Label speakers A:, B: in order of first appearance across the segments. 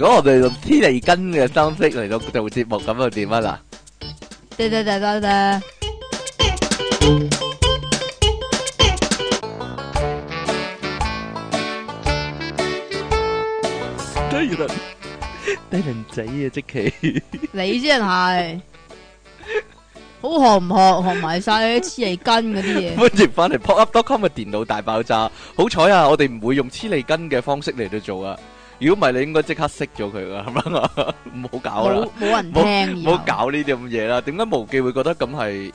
A: 我哋用黐脷根嘅生式嚟到做節目，咁又點啊嗱？
B: 得得得得得，
A: 低能低能仔啊！即奇
B: 你先係好學唔學，學埋晒黐脷根嗰啲 嘢。
A: 歡迎翻嚟 pop up dot com 嘅電腦大爆炸。好彩啊，我哋唔會用黐脷根嘅方式嚟到做啊。如果唔係，你應該即刻熄咗佢啦，係咪啊？ 唔好搞啦
B: 冇，冇人聽，
A: 唔好搞呢啲咁嘢啦。點解無忌會覺得咁係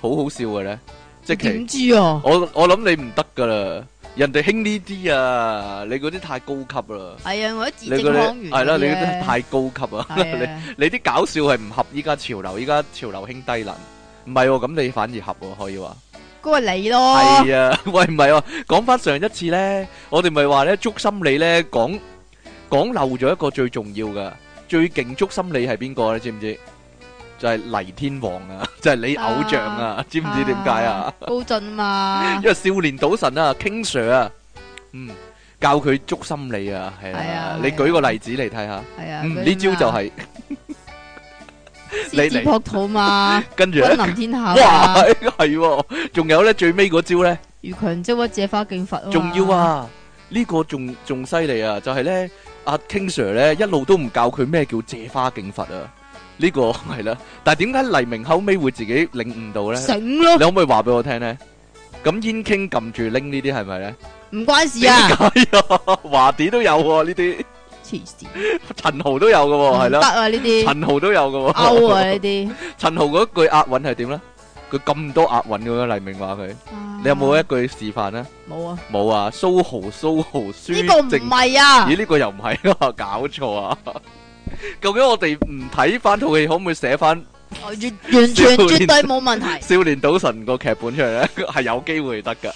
A: 好好笑嘅咧？即奇
B: 以後。點。知啊？
A: 我我谂你唔得噶啦，人哋興呢啲啊，你嗰啲太高級啦，
B: 係啊，我啲
A: 你
B: 字
A: 嗰
B: 正腔
A: 啲
B: 圓
A: 係啦，你嗰
B: 嗰
A: 啲
B: 啲
A: 太高級啊，
B: 係
A: 你
B: 啊
A: 你啲搞笑係唔合依家潮流，依家潮流興低能，唔係喎，咁你反而合喎，可以話
B: 嗰個你咯，
A: 係啊， 喂唔係喎，講翻上一次咧，我哋咪話咧捉心理咧講講漏咗一個最重要噶，最勁捉心理係邊個咧？知唔知？就係黎天王啊， 就係你偶像啊，知唔知
B: À,
A: 點解啊？
B: 高進嘛
A: 因，為少年賭神啊，King Sir 啊，嗯，教佢捉心理啊，係啊
B: 係啊，
A: 你
B: 係啊
A: 舉個例子嚟睇下，
B: 係啊，
A: 嗯，
B: 嗰啲
A: 呢招就
B: 咩啊
A: 係你
B: 獅子
A: 嚟
B: 撲肚嘛，
A: 跟住
B: 君
A: 咧，
B: 臨天下
A: 哇，
B: 嘛，
A: 係喎，仲有咧最尾嗰招咧，
B: 遇強即屈，借花敬佛啊嘛
A: 仲要，啊，呢個仲仲犀利啊，就係咧阿 à, King Sir 咧一路都唔教佢咩叫借花敬佛啊，呢個係啦，但係點解黎明後尾會自己領悟到咧？
B: 醒咯
A: 你，可唔可以話俾我聽咧？咁煙 King 撳住拎呢啲係咪咧？
B: 唔關事
A: 點
B: 啊，
A: 解啊？ 華啲都有喎呢啲。
B: 黐線，
A: 陳豪都有嘅喎，係
B: 唔得
A: 咯，
B: 啊呢啲，
A: 陳豪都有嘅
B: 勾啊
A: 喎。
B: 呢啲，
A: 陳豪嗰句押韻係點咧？佢咁多押韻嘅咩？黎明話佢，
B: 你
A: 你有冇一句示範咧？
B: 冇啊，
A: 冇啊，蘇豪蘇豪
B: 呢個
A: 書
B: 唔
A: 正。
B: 係啊，
A: 咦？呢個又唔係啊，搞錯啊！ 究竟我哋唔睇翻套戲，可唔可以寫翻《
B: 完完全絕對冇問 題。
A: 少年賭神》個劇本出嚟咧？ 係有機會得噶。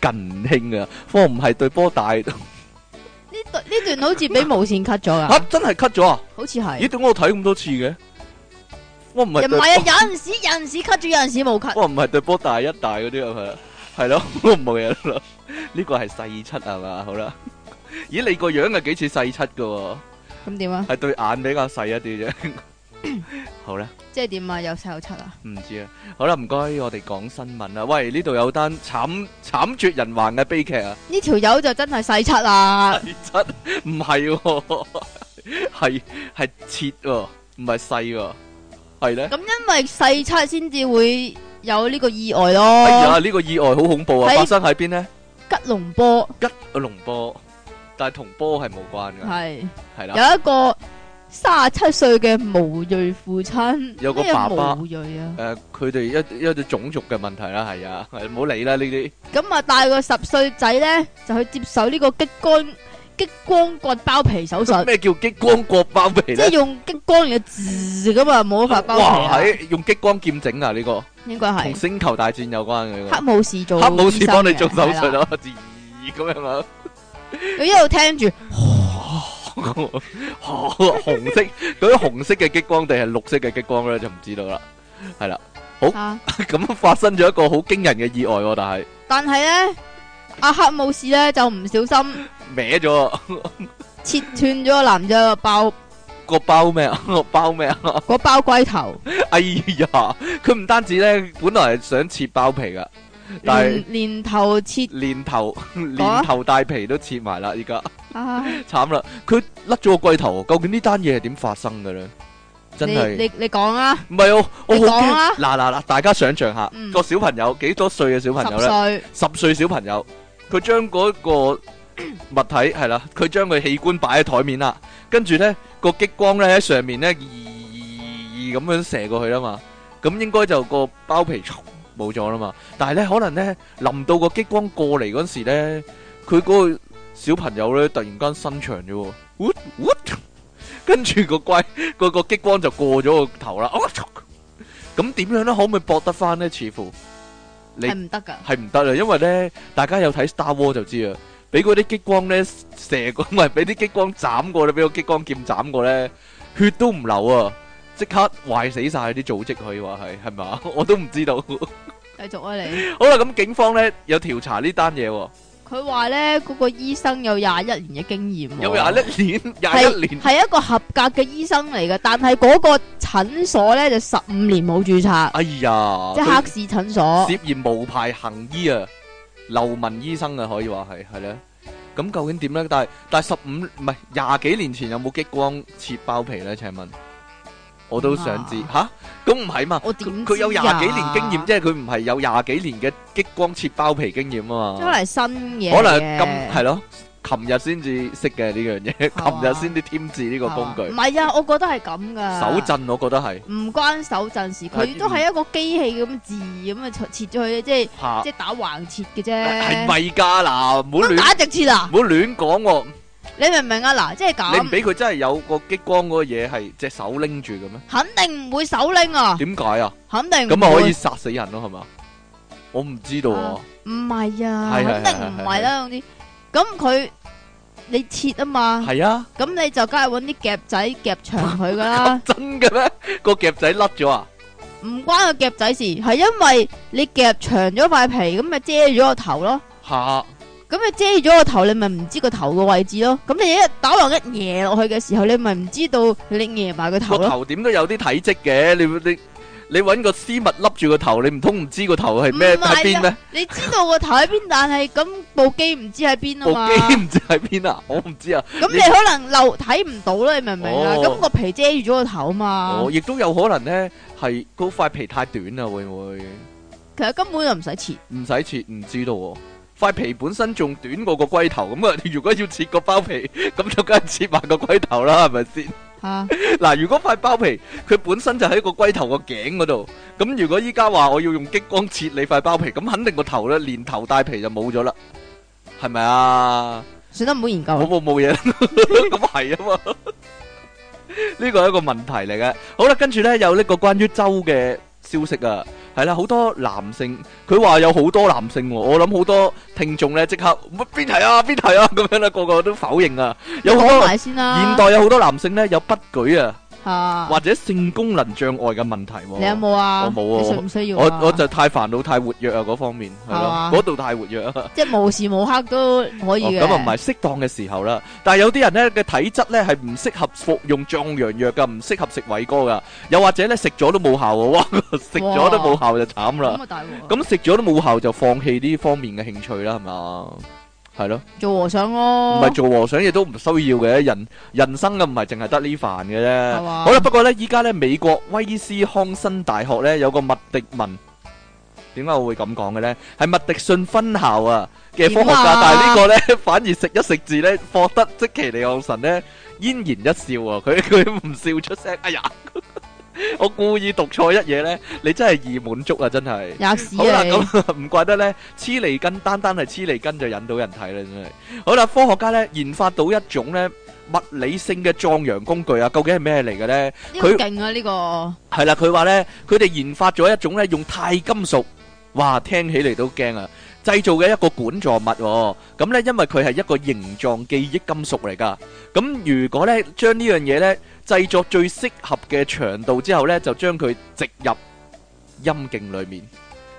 A: 近興啊，科唔係對波大
B: 呢段呢段好似俾無線 cut 咗
A: 吓，
B: 噶，
A: 真係 cut 咗啊！
B: 好似
A: 咦？
B: 係。
A: 點解我睇咁多次嘅？我唔係哦
B: 又唔
A: 對
B: 係啊，有陣時有陣時 cut 咗，有陣時冇 cut。
A: 我唔係對波大一大嗰啲啊係咪？係咯， 我冇嘢啦。呢個係細七係嘛？好啦， 咦你個樣係幾似細七嘅喎，
B: 咁點啊？
A: 係對眼比較細一啲啫。 好啦，
B: 即係點啊？有細有七啊？
A: 唔知啊。好啦，唔該，我哋講新聞啦。喂，呢度有單慘慘絕人寰嘅悲劇啊！
B: 呢條友就真係細七啊啦，
A: 細七唔係喎， 係係切喎，唔係細喎，係咧。
B: 咁因為細七先至會有呢個意外
A: 哎呀，
B: 咯。
A: 呢個意外好恐怖啊！
B: 喺
A: 發生喺邊呢？
B: 吉隆坡
A: 吉隆坡，但係同波係冇關嘅，
B: 係
A: 係啦。
B: 有一個三十七歲嘅無裔父親，
A: 有個
B: 咩
A: 爸爸
B: 無裔啊，
A: 诶，呃佢哋一一啲種族嘅問題啦，係啊， 係唔好理啦呢啲。
B: 咁啊帶個十歲仔咧就去接受呢個激光激光割包皮手術。
A: 咩叫激光割包皮
B: 即
A: 咧？
B: 係用激光嚟字咁啊，冇法包皮
A: 哇，
B: 啊，
A: 係用激光劍整啊！呢個
B: 應該
A: 同
B: 係
A: 星球大戰有關嘅呢
B: 黑武士做
A: 個。黑武士幫你
B: 醫
A: 做
B: 生嘅
A: 手術，
B: 係啦
A: 咯，咦咁樣啊，
B: 佢一路聽住，
A: 紅色嗰啲紅色嘅激光定係綠色嘅激光咧，就唔知道啦。 係啦，
B: 啊
A: 咁發生咗一個好驚人嘅意外喎，但係
B: 但係咧，阿黑武士咧就唔小心
A: 歪咗
B: 切斷咗個男仔個包
A: 個包咩啊？個包咩啊？
B: 嗰包龜頭，
A: 哎呀，佢唔單止咧，本來係想切包皮噶，但係。
B: 連連頭切
A: 連 頭
B: 哦
A: 連頭帶皮都切埋啦，而家
B: 啊！
A: 慘啦！佢甩咗個龜頭，究竟呢單嘢係點發生嘅咧？
B: 你
A: 真係
B: 你你講啊，
A: 唔係我我
B: 你講
A: 好
B: 啊
A: 驚！嗱嗱嗱，大家想象下
B: 嗯
A: 個小朋友幾多歲嘅小朋友
B: 十
A: 咧？
B: 歲
A: 十歲小朋友，佢將嗰個物體係啦，佢將佢器官擺喺台面啦，跟住呢個激光呢喺上面呢，咁樣射過去啦嘛，咁應該就個包皮唰冇咗啦嘛，但係呢，可能呢，臨到個激光過嚟嗰時呢，佢嗰個小朋友呢突然間伸長咗喎，喎喎跟住個怪個個激光就過咗個頭啦，哦唰咁點樣呢？可唔可以搏得翻呢？似乎你
B: 係唔得㗎，
A: 係唔得啊啦，因為咧，大家有睇 Star War 就知啊，俾嗰啲激光咧射過，唔係俾啲激光斬過咧，俾個激光劍斬過咧，血都唔流啊！即刻壞死晒啲組織，可以話係係 嘛？我都唔知道。
B: 繼續啊你，
A: 好啦，咁警方咧有調查呢單嘢喎，
B: 佢話咧嗰個醫生有廿一年嘅經驗喎，
A: 有廿一年，廿一
B: 啊係
A: 年，
B: 係一個合格嘅醫生嚟嘅，但係嗰個診所咧就十五年冇註冊，
A: 哎呀，
B: 即係黑市診所。
A: 涉嫌無牌行醫啊，流民醫生啊，可以話係係咧。咁究竟點咧？但係但係十五唔係廿幾年前有冇激光切包皮咧？請問，我都想知吓。咁唔係嘛？
B: 我點
A: 佢佢有
B: 知
A: 廿
B: 啊
A: 幾年經驗，即係佢唔係有廿幾年嘅激光切包皮經驗啊
B: 可
A: 嘛。
B: 能係新嘢嚟嘅，
A: 可能係今係咯，琴日先至識嘅呢樣
B: 係嘛
A: 嘢，琴日先至添置呢個工具
B: 唔。係啊，我覺得係咁噶。
A: 手震我覺得係
B: 唔關手震事，佢都係一個機器咁字咁啊切咗佢，即係
A: 嚇，
B: 即係打橫切嘅
A: 係
B: 啫。
A: 咪㗎嗱？唔好
B: 咁
A: 亂
B: 打直切啊
A: 唔！好亂講喎。
B: 你明唔明啊？嗱，即係
A: 你唔
B: 咁，
A: 俾佢真係有個激光嗰個嘢係隻手拎住嘅咩？
B: 肯定唔會手拎啊，
A: 點解啊？
B: 肯定
A: 咁啊
B: 唔
A: 可
B: 會
A: 以殺死人咯，係嘛？我唔知道啊
B: 啊，唔係啊，
A: 係係
B: 肯定唔係啦，總之咁佢你切啊嘛，
A: 係啊，，
B: 咁你就梗係揾啲夾仔夾長佢噶啦
A: 真嘅咩？個夾仔甩咗啊？
B: 唔關個夾仔事，係因為你夾長咗塊皮，咁咪遮咗個頭咯，
A: 吓，
B: 咁你遮咗個頭，你咪唔知個頭嘅位置咯，咁你一打落一斜落去嘅時候，你咪唔知道你斜埋個頭啊
A: 個
B: 咯，
A: 頭點都有啲體積嘅，你你你揾個絲襪笠住個頭，你唔通唔知個頭係咩
B: 唔係啊
A: 喺邊咩？
B: 你知道個頭喺邊，但係咁部機唔知喺邊
A: 部
B: 啊嘛。
A: 機唔知喺邊啊？我唔知啊，
B: 咁
A: 你
B: 你可能漏睇唔到啦，你明唔明啊？
A: 哦
B: 咁個皮遮住咗個頭啊嘛
A: 我，亦都有可能呢，係嗰塊皮太短啦，會唔會？
B: 其實根本就唔使切。
A: 唔使切，唔知道喎、塊皮本身仲短過個龜頭，咁啊， 如果要切個包皮， 咁就梗係切埋個龜頭啦，係咪先？
B: 吓，
A: 嗱，如果塊包皮佢本身就喺個龜頭個頸嗰度，咁如果依家話我要用激光切你塊包皮，咁肯定個頭咧連頭帶皮就冇咗啦，係咪啊？
B: 算啦，唔好研究
A: 我
B: 啦。
A: 冇冇嘢啦， 咁係啊 嘛。呢個係一個問題嚟嘅。好啦，跟住呢有呢個關於周嘅消息啊，係啦，好多男性，佢話有好多男性喎，我諗好多聽眾呢即刻乜邊題啊邊 題啊咁樣啦，個個都否認啊。有好
B: 講
A: 多
B: 埋先啦。
A: 現代有好多男性呢有不舉啊
B: 吓，
A: 或者性功能障礙嘅問題喎。
B: 你有冇啊？
A: 我冇啊
B: 你需唔需要啊
A: 我我就太煩惱太活躍啊嗰方面係
B: 係
A: 咯
B: 嘛，
A: 嗰度太活躍啊。
B: 即係無時無刻都可以嘅。
A: 哦咁啊唔係適當嘅時候啦，但係有啲人咧嘅體質咧係唔適合服用壯陽藥噶，唔適合食偉哥噶，又或者咧食咗都冇效喎，哇 食咗都冇效就慘啦
B: 咁。啊大鑊。咁
A: 咁食咗都冇效就放棄呢方面嘅興趣啦，係嘛？係咯，
B: 做和尚咯。
A: 唔係做和尚亦都唔需要嘅，人人生嘅唔係淨係得呢飯嘅啫
B: 係。嘛
A: 好啦，不過咧依家咧美國威斯康辛大學咧有個麥迪文，點解我會咁講嘅咧？係麥迪遜分校啊嘅科學家，
B: 點啊
A: 但係呢個 咧反而食一食字咧，霍得即其利昂神咧嫣然一笑啊！佢 佢唔笑出聲，哎呀！ 我故意讀錯一嘢咧，你真係易滿足啊！真係。
B: 吔屎
A: 好啦，
B: 啊你！
A: 咁 唔怪得咧，黐脷根單單係黐脷根就引到人睇啦，真係。好啦，科學家咧研發到一種咧物理性嘅壯陽工具啊，究竟係咩嚟嘅咧？
B: 呢個
A: 佢
B: 勁啊呢個。
A: 係啦，佢話咧，佢哋研發咗一種咧用鈦金屬，哇，聽起嚟都驚啊！製造嘅一個管狀物、喎，咁咧因為佢係一個形狀記憶金屬嚟噶，咁如果咧將呢樣嘢咧製作最適合嘅長度之後咧，就將佢植入陰莖裡面，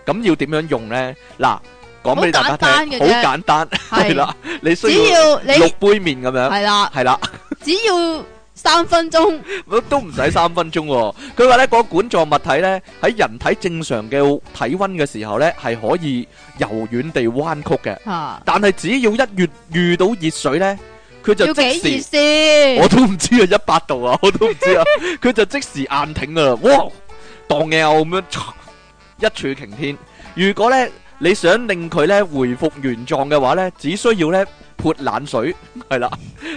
A: 咁要點樣用咧？嗱，講俾大家聽，好
B: 好簡單嘅啫
A: 簡單，係
B: 係。
A: 啦，你
B: 只
A: 需要
B: 要你
A: 六啊杯麵咁樣，
B: 係啦，
A: 係啦。
B: 只要三分鐘
A: 都唔使三分鐘喎、佢話呢嗰管狀物體呢，喺人體正常嘅體温嘅時候呢，係可以柔軟地彎曲嘅，
B: 吓，
A: 但係只要一遇遇到熱水呢，佢就
B: 要幾
A: 即
B: 熱
A: 時
B: 先
A: 我？都唔知啊，一百度啊，我 都唔知啊，佢就即時硬挺噶啦，哇，當拗咁樣，一柱擎天。如果呢，你想令佢呢回復原狀嘅話呢，只需要呢潑冷水，係啦，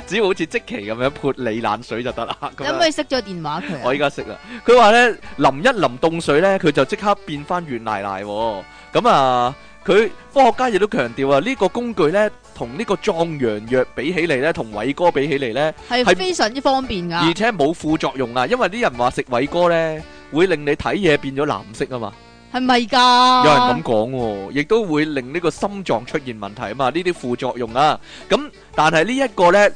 A: 只要好似即期咁樣潑你冷水就得啦。咁
B: 你
A: 樣
B: 可唔可以熄咗電話佢
A: 我
B: 啊？
A: 依家識啦。佢話咧淋一淋凍水咧，佢就即刻變翻軟奶奶喎。咁啊，佢科學家亦都強調啊，呢、個工具咧同呢個壯陽藥比起嚟咧，同偉哥比起嚟咧，係
B: 係非常之方便噶
A: 而。且冇副作用啊。因為啲人話食偉哥咧會令你睇嘢變咗藍色啊嘛，
B: 系咪噶？
A: 有人咁講喎，亦都會令呢個心臟出現問題啊嘛。呢啲副作用啊，咁但係呢一個咧。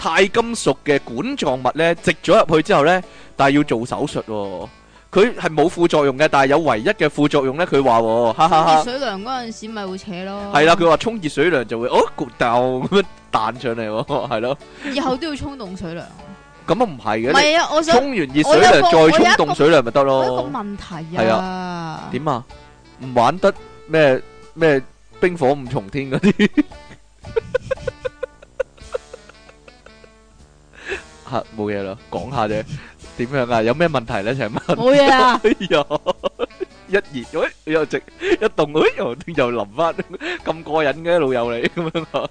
A: 鈦金屬嘅管狀物咧，植咗入去之後咧，但係要做手術喎、佢係冇副作用嘅，但係有唯一嘅副作用咧，佢話喎，哈哈哈
B: 熱。水涼嗰陣時咪會扯咯。
A: 係啦，佢話沖熱水涼就會哦咕豆咁樣彈上嚟喎，係咯，
B: 以後都要沖凍水涼。
A: 咁啊唔係
B: 唔
A: 嘅，
B: 係啊，我
A: 你
B: 想
A: 沖完熱水
B: 我有一個
A: 涼再
B: 我有一個
A: 沖凍水涼咪得
B: 我有一個
A: 咯。
B: 問題
A: 係
B: 啊。
A: 點啊？唔玩得咩咩冰火五重天嗰 啲吓冇嘢啦，講下啫。點樣啊？有咩問題咧？請問？
B: 冇 嘢啊，
A: 哎呀，一熱，哎又直一凍，哎又又淋翻，咁過癮嘅老 友你咁樣啊，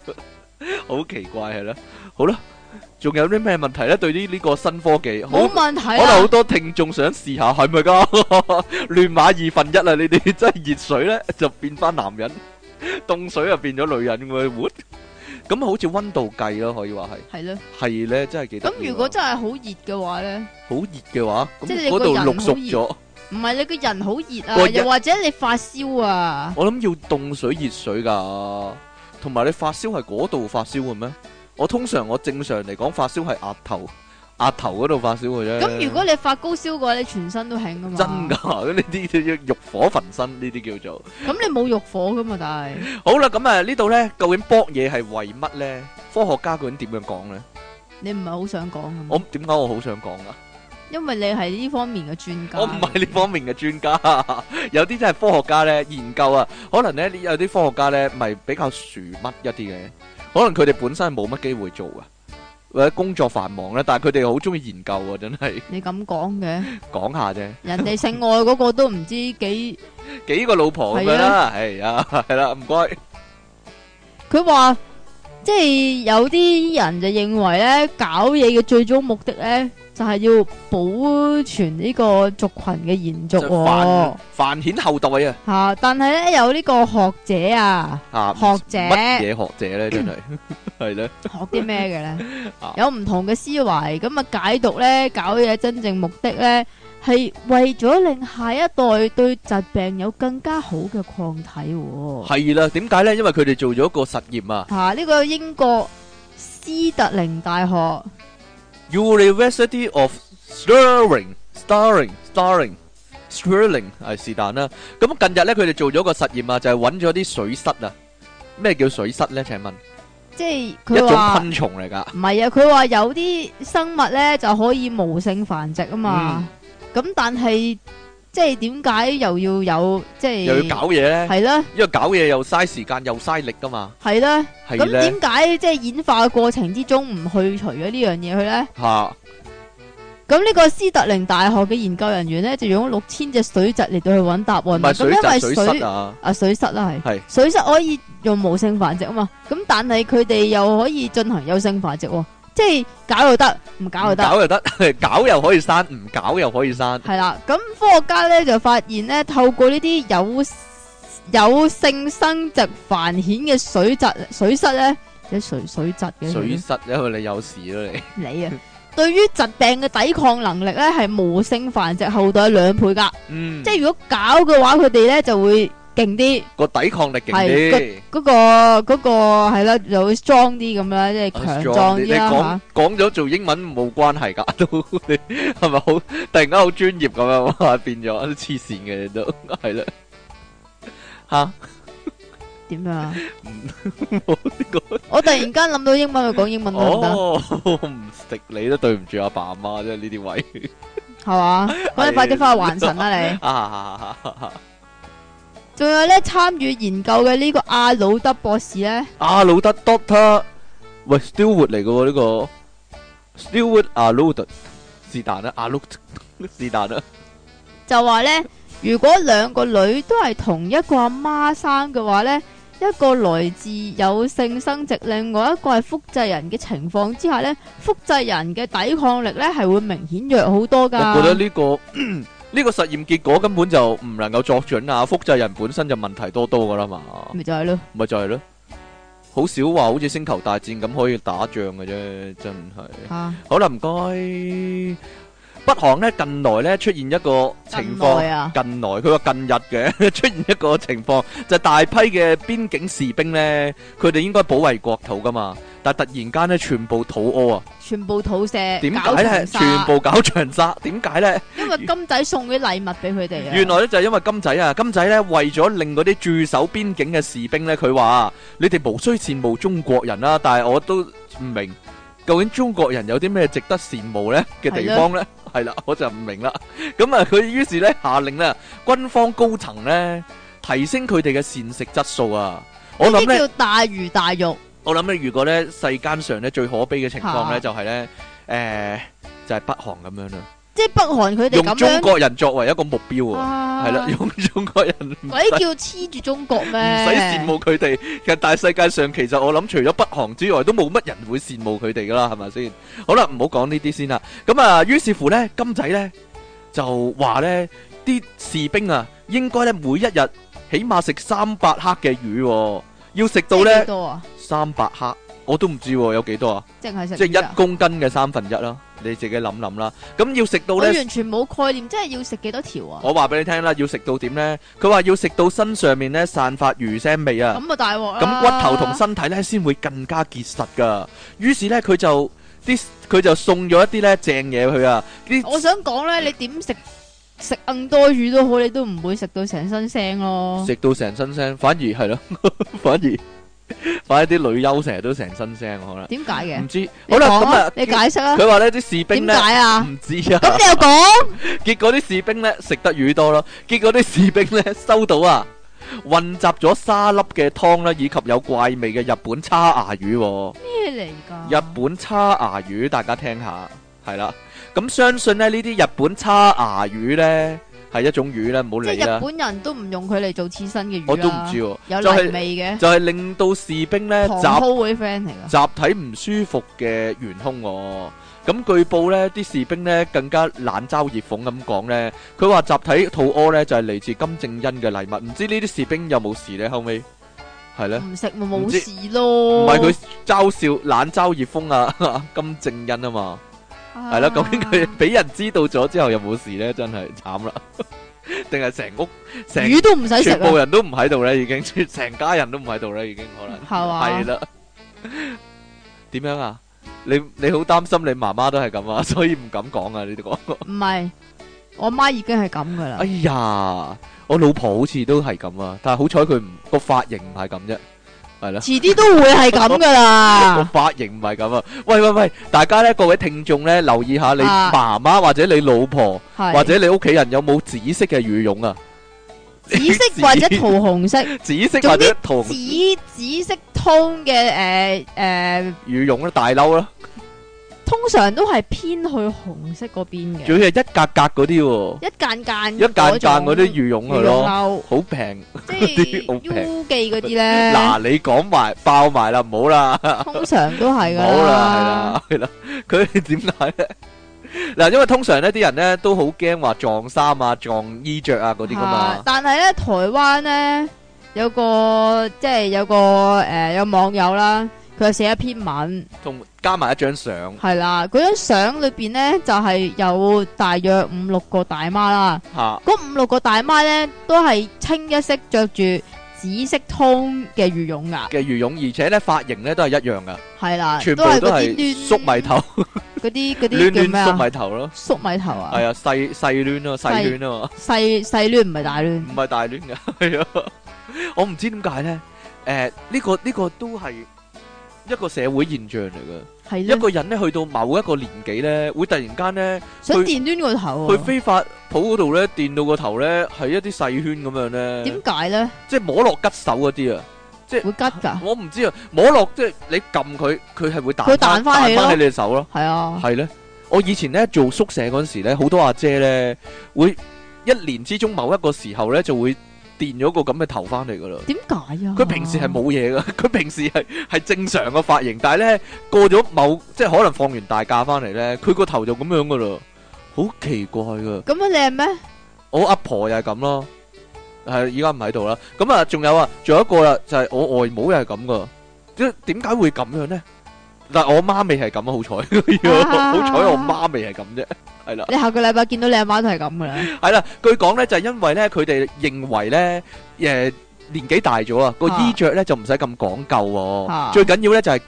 A: 好奇怪係啦。好啦，仲有啲咩問題咧？對於呢個新科技，好
B: 冇問題
A: 可能好
B: 啊。
A: 多聽眾想試下係咪 噶？亂馬二分一啦，你哋真係熱水咧就變翻男人，凍水就變咗女人咁樣，咁好似温度計咯，可以話
B: 係咯，
A: 係係咧，真係幾得意
B: 咁如果
A: 喎
B: 真係好熱嘅話咧，
A: 好熱嘅話，
B: 即係
A: 咁
B: 你個
A: 嗰度
B: 人
A: 綠
B: 好
A: 熟
B: 熱
A: 咗。
B: 唔係你個人好熱
A: 個
B: 啊，
A: 一
B: 又或者你發燒啊，
A: 我諗要凍水熱水噶，同埋你發燒係嗰度發燒嘅咩？我通常我正常嚟講發燒係額頭，額頭嗰度發燒嘅啫。
B: 咁如果你發高燒嘅話，你全身都興噶嘛。
A: 真噶，呢啲叫欲火焚身，呢啲叫做。
B: 咁你冇欲火噶嘛？但係
A: 好啦，咁啊呢度呢，究竟搏嘢係為乜呢？科學家究竟點樣講呢？
B: 你唔係好想講咁，
A: 我點解我好想講啊？
B: 因為你係呢方面嘅專家。
A: 我唔係呢方面嘅專家， 有啲真係科學家咧研究啊，可能咧有啲科學家咧咪比較殊乜一啲嘅，可能佢哋本身係冇乜機會做噶，或者工作繁忙咧，但係佢哋好中意研究啊，真係
B: 你咁講嘅，
A: 講下啫，
B: 人哋性愛嗰個都唔知幾。
A: 幾個老婆咁樣啦，係啊，係啦，唔該，
B: 佢話即係有啲人就認為咧，搞嘢嘅最終目的咧就係、要保存呢個族群嘅延續、
A: 就繁
B: 喎。
A: 繁衍後代啊，
B: 吓、但係咧有呢個學 者啊，
A: 啊，
B: 學者
A: 乜嘢學者咧，真係 係咧，
B: 學啲咩嘅咧
A: 啊？
B: 有唔同嘅思維，咁啊解讀咧，搞嘢真正目的咧係為咗令下一代對疾病有更加好嘅抗體、喎。
A: 係啦，點解咧？因為佢哋做咗一個實驗啊
B: 吓、呢、個英國斯特靈大學。
A: ，University of Stirling, Stirling, Stirling, Stirling 係是但啦。咁近日咧，佢哋做咗個實驗啊，就係揾咗啲水蚤啊。咩叫水蚤咧？請問
B: 即係
A: 一
B: 佢
A: 種
B: 話
A: 昆蟲嚟㗎，
B: 唔係啊，佢話有啲生物咧就可以無性繁殖啊嘛。
A: 嗯
B: 咁、但係即係點解又要有即係
A: 又要搞嘢咧，
B: 係啦
A: 因為搞嘢又嘥時間又嘥力㗎嘛，
B: 係啦。
A: 係
B: 咁
A: 咧
B: 點解即係演化嘅過程之中唔去除咗呢樣嘢去咧？
A: 嚇
B: 咁呢個斯特靈大學嘅研究人員咧就用六千隻水蛭嚟到去揾答案
A: 唔
B: 啊。
A: 係
B: 咁
A: 水
B: 因為
A: 蛭水
B: 水
A: 蚤啊，
B: 啊水蛭啦係
A: 係
B: 水蛭可以用無性繁殖啊嘛。咁但係佢哋又可以進行有性繁殖喎，即係搞又得，唔搞又
A: 唔
B: 得。
A: 搞又得， 搞又可以生，唔搞又可以生，
B: 系啦，咁科學家咧就發現咧，透過呢啲有有性生殖繁衍嘅水蛭、水蚤咧，你水水蛭嘅
A: 水蚤因為你有事啦你，
B: 你啊，對於疾病嘅抵抗能力咧係無性繁殖後代兩倍噶，
A: 嗯
B: 即，係如果搞嘅話，佢哋咧就會勁啲，
A: 個抵抗力勁
B: 係
A: 啲。
B: 嗰、個嗰、個係啦，就會 strong 啲咁樣，即
A: Ờ,
B: 係強壯
A: 你
B: 啲啦吓。
A: 講咗做英文冇關係㗎， 都你係咪好突然間好專業咁樣哇？變咗都黐線嘅你都係啦，吓
B: 點樣啊？
A: 冇呢個
B: 我突然間諗到英文，佢講英文得唔得？
A: 哦， 唔食你都對唔住阿爸阿媽啫，呢啲位
B: 係嘛？咁你快啲翻去還神啦 你！
A: 啊，
B: 仲有咧，參與研究嘅呢個阿魯德博士咧，
A: 阿魯德 Doctor，喂 Stewart 嚟嘅喎呢個 Stewart à, 阿魯德是但啦，阿魯德是但啦，
B: 就話咧，如果兩個女都係同一個阿媽生嘅話咧，一個來自有性生殖，另外一個係複製人嘅情況之下咧，複製人嘅抵抗力咧係會明顯弱好多噶。
A: 我覺得呢個 呢個實驗結果根本就唔能夠作準啊！複製人本身就問題多多噶啦嘛，
B: 咪就係咯，
A: 咪就係咯，好少話好似星球大戰咁可以打仗嘅啫，真係。
B: 啊，
A: 好啦，唔該。北韓咧近來咧出現一個情況
B: 咁耐。啊，
A: 近來佢話近日嘅 出現一個情況，就係大批嘅邊境士兵呢，佢哋應該保衛國土噶嘛，但突然間呢，全部肚屙啊！
B: 全部肚瀉，
A: 點
B: 搞
A: 解呢？
B: 長沙
A: 全部搞長沙，點解呢？
B: 因為金仔送啲禮物俾佢哋啊。
A: 原來咧就係因為金仔啊，金仔呢，為咗令嗰啲駐守邊境嘅士兵呢，佢話：你哋無需羨慕中國人啦、但係我都唔明究竟中國人有啲咩值得羨慕呢嘅地方呢？係啦，我就唔明啦。咁啊，佢於是呢，下令呢，軍方高層呢，提升佢哋嘅膳食質素啊。我
B: 呢
A: 諗呢
B: 啲。叫大魚大肉，
A: 我諗咧，如果咧世間上咧最可悲嘅情況咧，
B: 嚇
A: 就係咧，誒，就係北韓咁樣啦，
B: 即係北韓佢哋
A: 用
B: 咁
A: 中
B: 樣
A: 國人作為一個目標啊，
B: 啊，
A: 係啦，用中國人唔
B: 鬼
A: 使
B: 叫黐住中國咩？
A: 唔使羨慕佢哋，其實但係世界上其實我諗除咗北韓之外，都冇乜人會羨慕佢哋噶啦，係咪先？好啦，唔好講呢啲先啦。咁啊，於是乎咧，金仔咧就話咧，啲士兵啊，應該咧每一日起碼食三百克嘅魚喎，要食到
B: 即係
A: 咧
B: 幾多啊？
A: 三百克，我都唔知喎有幾多啊？
B: 淨係食
A: 即係
B: 魚
A: 一
B: 啊
A: 公斤嘅三分一啦，你自己諗諗啦。咁要食到
B: 我
A: 呢，
B: 完全冇概念，即係要食幾多條啊？
A: 我話俾你聽啦，要食到點呢？佢話要食到身上面呢散發魚腥味啊，
B: 咁啊大鑊啦！
A: 咁骨頭同身體呢先會更加結實噶。於是呢，佢就啲佢就送咗一啲呢正嘢佢啊，啲
B: 我想講咧，你點食食更多魚都好，你都唔會食到成身腥咯。
A: 食到成身腥，反而係咯， 反而反而啲女優成日都成身腥可能，
B: 點解嘅
A: 唔？知
B: 你
A: 好啦
B: 講
A: 咁
B: 啊
A: 啊，
B: 你解釋啊？
A: 佢話呢啲士兵
B: 點
A: 呢，
B: 解啊？
A: 唔知啊。
B: 咁你又講
A: 結果啲士兵咧食得魚多咯，結果啲士兵咧收到啊混雜咗沙粒嘅湯啦，以及有怪味嘅日本叉牙魚、喎。
B: 咩嚟㗎？
A: 日本叉牙魚大家聽下，係啦。咁相信咧呢啲日本叉牙魚咧係一種魚啦，唔好理
B: 即係
A: 啦
B: 日。本啊人都唔用佢嚟做刺身嘅魚
A: 我都唔
B: 啦
A: 知、喎，
B: 有
A: 就係
B: 泥味嘅，
A: 就係令到士兵咧
B: 唐
A: 集
B: 蒿會 friend 嚟㗎。
A: 集體唔舒服嘅元兇喎。咁據報呢啲士兵呢更加冷嘲熱諷咁講呢，佢話集體肚屙呢就係嚟自金正恩嘅禮物，唔知呢啲士兵有冇事呢？後尾係呢，
B: 唔食咪
A: 唔
B: 冇
A: 知
B: 事咯。
A: 唔係佢嘲笑冷嘲熱諷啊金正恩啊嘛，係啦，究竟佢俾人知道咗之後有冇事呢？真係慘啦，定係成屋成
B: 魚都唔使 食
A: 全部
B: 啊？
A: 人都唔喺度呢，已經成家人都唔喺度呢，已經可能。
B: 係嘛
A: 系？啦。點樣啊？你你好擔心你媽媽都係咁啊， 所以唔敢講啊呢啲個。
B: 唔係，我媽已經係咁㗎
A: 哎
B: 啦。
A: 呀，我老婆好似都係咁啊，但係好彩佢唔個髮型唔係咁啫，係啦。
B: 遲啲都會係咁㗎啦。
A: 個髮型唔係咁啊！喂喂喂，大家咧，各位聽眾咧，留意下你
B: 啊
A: 媽媽或者你老婆
B: 係
A: 或者你屋企人有冇紫色嘅羽絨啊？
B: 紫色或者桃紅色，
A: 紫色或者同
B: 紫紫色通嘅诶诶，
A: 羽絨啦、大褸啦，
B: 通常都係偏去紅色嗰邊嘅，
A: 仲要係一格格嗰啲喎，
B: 一間間
A: 一間間嗰啲羽絨
B: 羽
A: 係咯，
B: 絨
A: 好平。
B: 褸，即係
A: 好平
B: U 記嗰啲咧，
A: 嗱，你講埋爆埋啦，唔好啦，
B: 通常都係
A: 唔
B: 噶
A: 好啦，係啦，係啦，佢點解咧？嗱，因為通常呢啲人咧都好驚話撞衫啊、撞衣着啊嗰啲噶
B: 啊
A: 嘛，
B: 但係咧，台灣咧有個即係有個诶有網友啦，佢就寫一篇文。
A: 同加埋一張相，
B: 係啦，嗰張相裏边咧就係有大約五六個大媽啦，
A: 吓
B: 嗰五六個大媽咧都係清一色着住紫色通嘅羽絨噶，
A: 嘅羽絨，而且咧髮型咧都係一樣噶，
B: 係啦，
A: 全部
B: 係
A: 都
B: 嗰
A: 係
B: 啲攣
A: 粟米頭，
B: 嗰啲嗰
A: 攣
B: 啲叫咩
A: 攣粟
B: 啊？
A: 米頭咯，
B: 粟米頭啊
A: 係，啊，細細攣咯，細
B: 細
A: 攣啊嘛，
B: 細細攣唔係大攣
A: 唔，係大攣嘅，係啊，我唔知點解咧，誒呢個呢個都係一個社會現象嚟噶。
B: 係
A: 一
B: 咧，
A: 個人咧去到某一個年紀咧，會突然間咧
B: 想
A: 佢
B: 電攣個頭
A: 去
B: 啊？
A: 非法鋪嗰度咧，電到個頭咧係一啲細圈咁樣咧
B: 點，解咧
A: 即係摸落吉手嗰啲啊！
B: 會吉㗎？
A: 我唔知啊，摸落即係你撳佢，佢係會彈
B: 佢彈翻
A: 翻
B: 起
A: 翻
B: 咯
A: 喺你隻手咯，
B: 係啊，
A: 係咧。我以前咧做宿舍嗰陣時咧，好多阿姐咧會一年之中某一個時候咧就會電咗個咁嘅頭翻嚟噶啦。
B: 點解 啊？
A: 佢平時係冇嘢噶，佢平時係係正常嘅髮型，但係咧過咗某即係可能放完大假翻嚟咧，佢個頭就咁樣噶啦，好奇怪噶。
B: 咁樣靚咩？
A: 我阿婆又係咁咯，係依家唔喺度啦。咁啊，仲有啊，仲有一個啦，就係、我外母又係咁噶。即係點解會咁樣咧？但我媽未係咁啊，好彩，
B: 啊
A: 好彩我媽未係咁啫，係啦。
B: 你下個禮拜見到你阿媽都係咁 噶啦，
A: 系啦，據講咧就係因為咧佢哋認為咧，诶、年紀大咗啊，個
B: 啊
A: 衣着咧就唔使咁講究喎、
B: 啊
A: 最緊要咧就係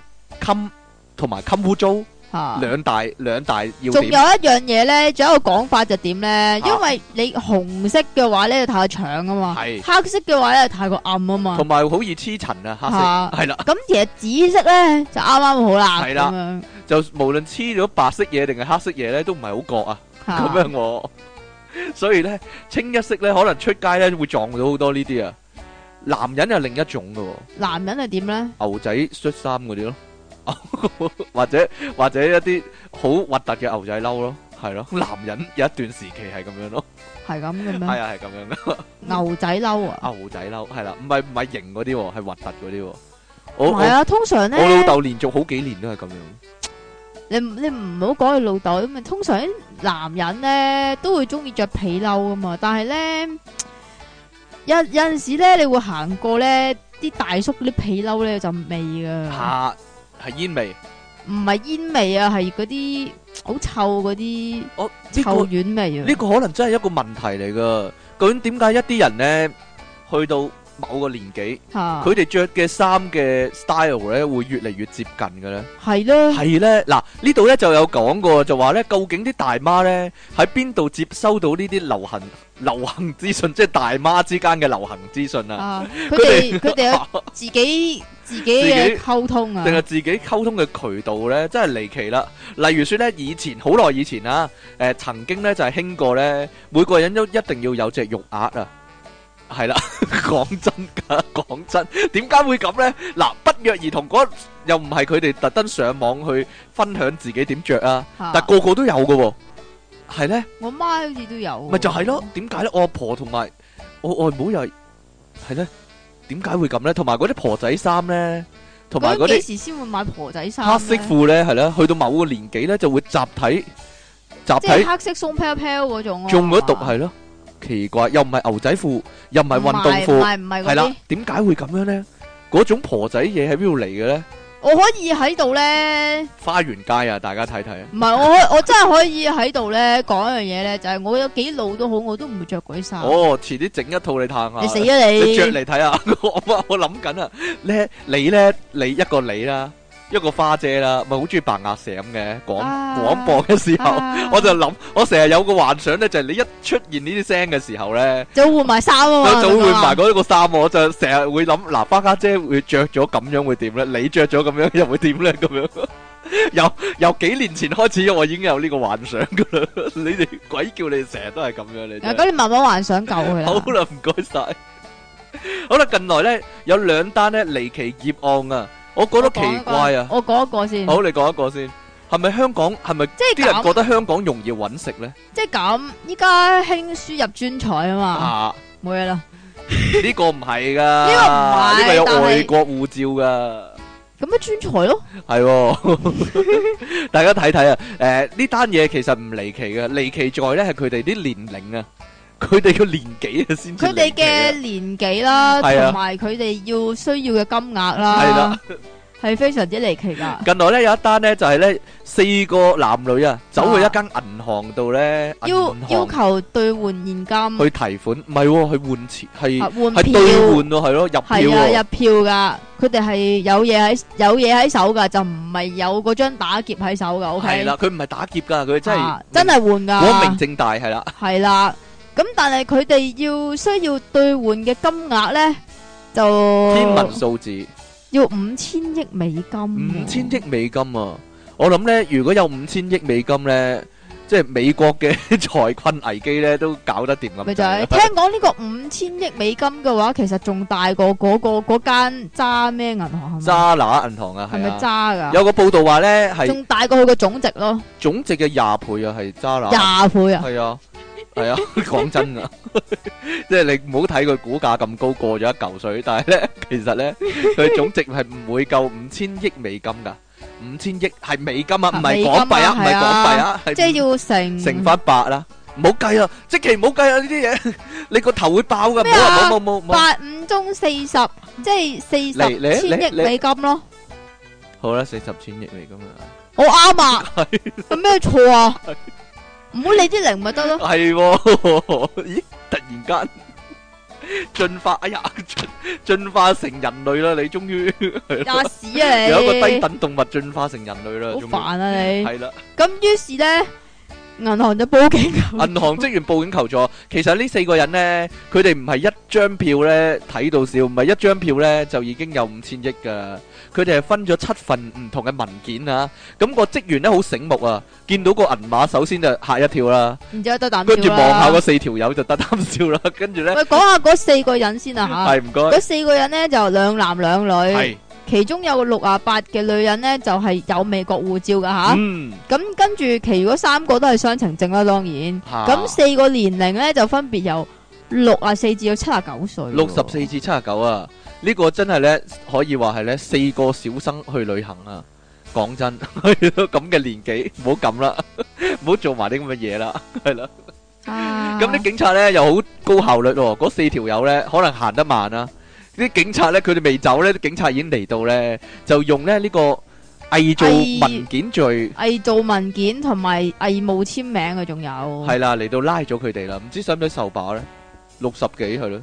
A: 襟同埋襟污糟
B: 吓。
A: 兩大兩大要
B: 仲有一
A: 點。啊
B: 樣嘢咧，仲有一個講法就點咧？因為你紅色嘅話咧就太搶啊嘛，
A: 係
B: 黑色嘅話咧就太過暗啊嘛
A: 同。埋好易黐塵啊，黑
B: 啊
A: 色係啦，
B: 咁而係紫色咧就啱啱好啦，
A: 係啦
B: 咁樣
A: 就無論黐咗白色嘢定係黑色嘢咧，都唔係好覺啊，
B: 嚇
A: 咁樣我，所以咧清一色咧，可能出街咧會撞到好多呢啲啊。男人又另一種噶、喎。
B: 男人係點咧？
A: 牛仔恤衫嗰啲咯， 或者或者一啲好核突嘅牛仔褸咯，係咯，男人有一段時期係咁樣咯，
B: 係咁嘅
A: 係
B: 咩？
A: 啊係咁樣
B: 牛仔褸啊，
A: 嘅，牛仔褸係啦，唔係唔係型嗰啲喎，係核突嗰啲喎。
B: 唔
A: 我
B: 係
A: 我
B: 啊，通常
A: 我老
B: 咧，
A: 豆連續好幾年都係咁樣，
B: 你唔你唔好講佢老豆，咁啊通常啲男人咧都會中意着皮褸噶嘛，但係咧有有阵时咧，你會行過咧啲大叔嗰啲皮褸咧有陣味噶。
A: 下係煙味，
B: 唔係煙味啊，係嗰啲好臭嗰啲
A: 我呢個
B: 臭丸味啊。
A: 呢個可能真係一個問題嚟噶。究竟點解一啲人呢，去到某個年紀，
B: 吓
A: 佢哋着嘅衫嘅 style 咧會越嚟越接近嘅咧？
B: 係咯，
A: 系咧，嗱呢度咧就有講過，就話咧究竟啲大媽咧喺邊度接收到呢啲流行流行資訊，即係大媽之間嘅流行資訊啊？
B: 啊，佢哋佢 哋有自己自
A: 自
B: 己
A: 己
B: 嘅溝通啊
A: 定，係自己溝通嘅渠道咧，真係離奇啦！例如说咧，以前好耐以前啊，诶、曾經咧就係興過咧，每個人都一定要有隻肉鴨啊，係啦， 講真㗎，講真，點解會咁咧？嗱，不約而同嗰又唔係佢哋特登上網去分享自己點着啊，
B: 嚇
A: 但個個都有㗎喎，係咧。
B: 我媽好似都有，
A: 咪就係咯，點解咧？我阿婆同埋我外母又係係咧，點解會咁咧？同埋嗰啲婆仔衫咧，同埋嗰
B: 咁幾
A: 啲
B: 時先會買婆仔衫呢？
A: 黑色褲咧，係啦，去到某個年紀咧就會集體集
B: 即係
A: 體
B: 黑色松飄飄嗰種啊，
A: 中咗毒
B: 係
A: 係咯，奇怪，又唔係牛仔褲，又唔係運動
B: 唔
A: 褲，
B: 係唔
A: 係
B: 係嗰
A: 啦
B: 啲。，
A: 點解會咁樣咧？嗰種婆仔嘢喺邊度嚟嘅咧？
B: 我可以喺度咧，
A: 花園街啊，大家睇睇啊！
B: 唔係我可我真係可以喺度咧講一樣嘢咧，就係我有幾老都好，我都唔會着嗰啲衫。
A: 哦，遲啲整一套你嘆下。
B: 你死啊
A: 你着嚟睇 下，我我我谂紧啊，咧你咧你一個你啦，一個花姐啦，咪好中意白鴨蛇咁嘅廣
B: 啊
A: 廣播嘅時候，
B: 啊
A: 我就諗，我成日有個幻想咧，就係你一出現呢啲聲嘅時候咧，
B: 就換埋衫
A: 就
B: 啊嘛，
A: 就
B: 咁
A: 換
B: 啊
A: 埋嗰個衫，我就成日會諗，嗱花家姐會着咗咁樣會點咧？你着咗咁樣又會點咧？咁樣。 由由幾年前開始，我已經有呢個幻想噶 啦！你哋鬼叫你哋成日都係咁樣，你真係
B: 嗱，咁你慢慢幻想夠 佢
A: 好
B: 啦。
A: 啦，唔該 晒。好啦，近來咧有兩單咧離奇劫案啊，我覺得奇怪啊。
B: 我講一個先，
A: 好，你講一個先，係咪香港？係咪
B: 即
A: 啲
B: 係
A: 人覺
B: 咁，
A: 得香港容易揾食咧？
B: 即係咁，依家興輸入專才啊嘛，
A: 啊，
B: 冇嘢啦。
A: 呢個唔係噶，
B: 呢個唔係
A: 呢個有
B: 但係
A: 外國護照噶。
B: 咁咪專才咯，
A: 係喎，大家睇睇啊！誒呢單嘢其實唔離奇嘅，離奇在咧係佢哋啲年齡啊，佢哋嘅年紀啊先至
B: 佢哋
A: 離奇啊
B: 嘅年紀啦，
A: 係啊
B: 同埋佢哋要需要嘅金額
A: 係
B: 啦
A: 啦，
B: 係非常之離 奇噶。
A: 近來咧有一單咧就係咧四個男女啊走去一間銀行度咧，銀
B: 要要
A: 行
B: 求兌換現金，
A: 去提款，唔係喎，去換錢，係
B: 啊換
A: 係
B: 票，
A: 兌換咯，係咯，入票
B: 係啊，
A: 喎，
B: 入票噶。佢哋係有嘢喺有嘢喺手噶，就唔係有嗰張打劫喺手噶。O
A: 係
B: K，
A: 啦，佢唔係打劫㗎，佢真係
B: 啊真係換噶。
A: 光明正大係啦，
B: 系啦，咁但系佢哋要需要兑换嘅金额咧，就
A: 天文數字
B: 要五千亿美金喎，
A: 五千億美金啊！我諗咧，如果有五千億美金咧，即係美國嘅 財困危機咧都搞得掂咁滯啦，
B: 咪就係聽講呢個五千億美金嘅話，其實仲大過嗰、個嗰間渣咩銀行係咪？
A: 渣拿銀行啊，
B: 係
A: 係
B: 咪
A: 啊，
B: 渣㗎？
A: 有個報道話咧係
B: 仲大過佢個總值咯，
A: 總值嘅廿倍啊，係渣拿銀行。
B: 廿倍 啊！
A: 系啊，系啊， 講真啊，即係你唔好睇佢股價咁高，過咗一嚿水，但係咧， 其實咧，佢總值係唔會夠五千億美金噶，五千億係美金啊，唔係港幣啊，唔係
B: 美金啊係啊
A: 港幣啊，係
B: 即係要成
A: 乘翻八啦，唔好計啊，即期唔好計啊呢啲嘢， 你個頭會爆噶，唔好啊，
B: 咩
A: 冇冇冇冇，
B: 八五中四十，即係四
A: 嚟嚟
B: 十千
A: 嚟
B: 億美金咯。
A: 好啦，四十千億嚟噶嘛，
B: 我啱啊，有咩錯啊？唔好理啲零咪得咯，
A: 係喎， 咦？突然間進化，哎呀，進進化成人類啦！你終於
B: 吔屎啊
A: 有一個低
B: 你！
A: 等動物進化成人類啦，
B: 好
A: 終於
B: 煩啊你！
A: 係啦。
B: 咁於是咧，銀行就報警 啊求助
A: 銀行職員報警求助，其實呢四個人呢，佢哋唔係一張票呢睇到笑，唔係一張票呢就已經有五千億噶。佢哋係分咗七份唔同嘅文件啊。咁、個職員呢好醒目啊，見到個銀碼首先就嚇一跳啦，
B: 然之後得啖
A: 跟住啊
B: 笑
A: 望下
B: 啦
A: 嗰。四條友就得啖笑啦，跟住呢，
B: 喂，講下嗰四個人先啊
A: 係唔該
B: 吓，嗰四個人咧就兩男兩女，
A: 係
B: 其中有個六啊八嘅女人咧就係有美國護照噶吓。
A: 嗯
B: 咁跟住其餘嗰三個都係雙程證啦，當然。
A: 嚇
B: 咁四個年齡咧就分別由六啊四至到七啊九歲喎。
A: 六十四至七十九啊，呢、個真係呢，可以話係呢四個小生去旅行啊！講真， 係咯咁嘅年紀，唔好咁啦， 唔好做埋啲咁嘅嘢啦，係啦。
B: 啊。
A: 咁啲警察呢又好高效率喎，嗰四條友呢可能行得慢啦。啲警察呢，佢哋未走呢，啲警察已經嚟到呢，就用咧呢、個偽造
B: 偽
A: 文件罪
B: 偽造文件同埋偽冒簽名嘅仲有。
A: 係啦嚟到拉咗佢哋啦，唔知使唔使受把呢？六十幾係咯，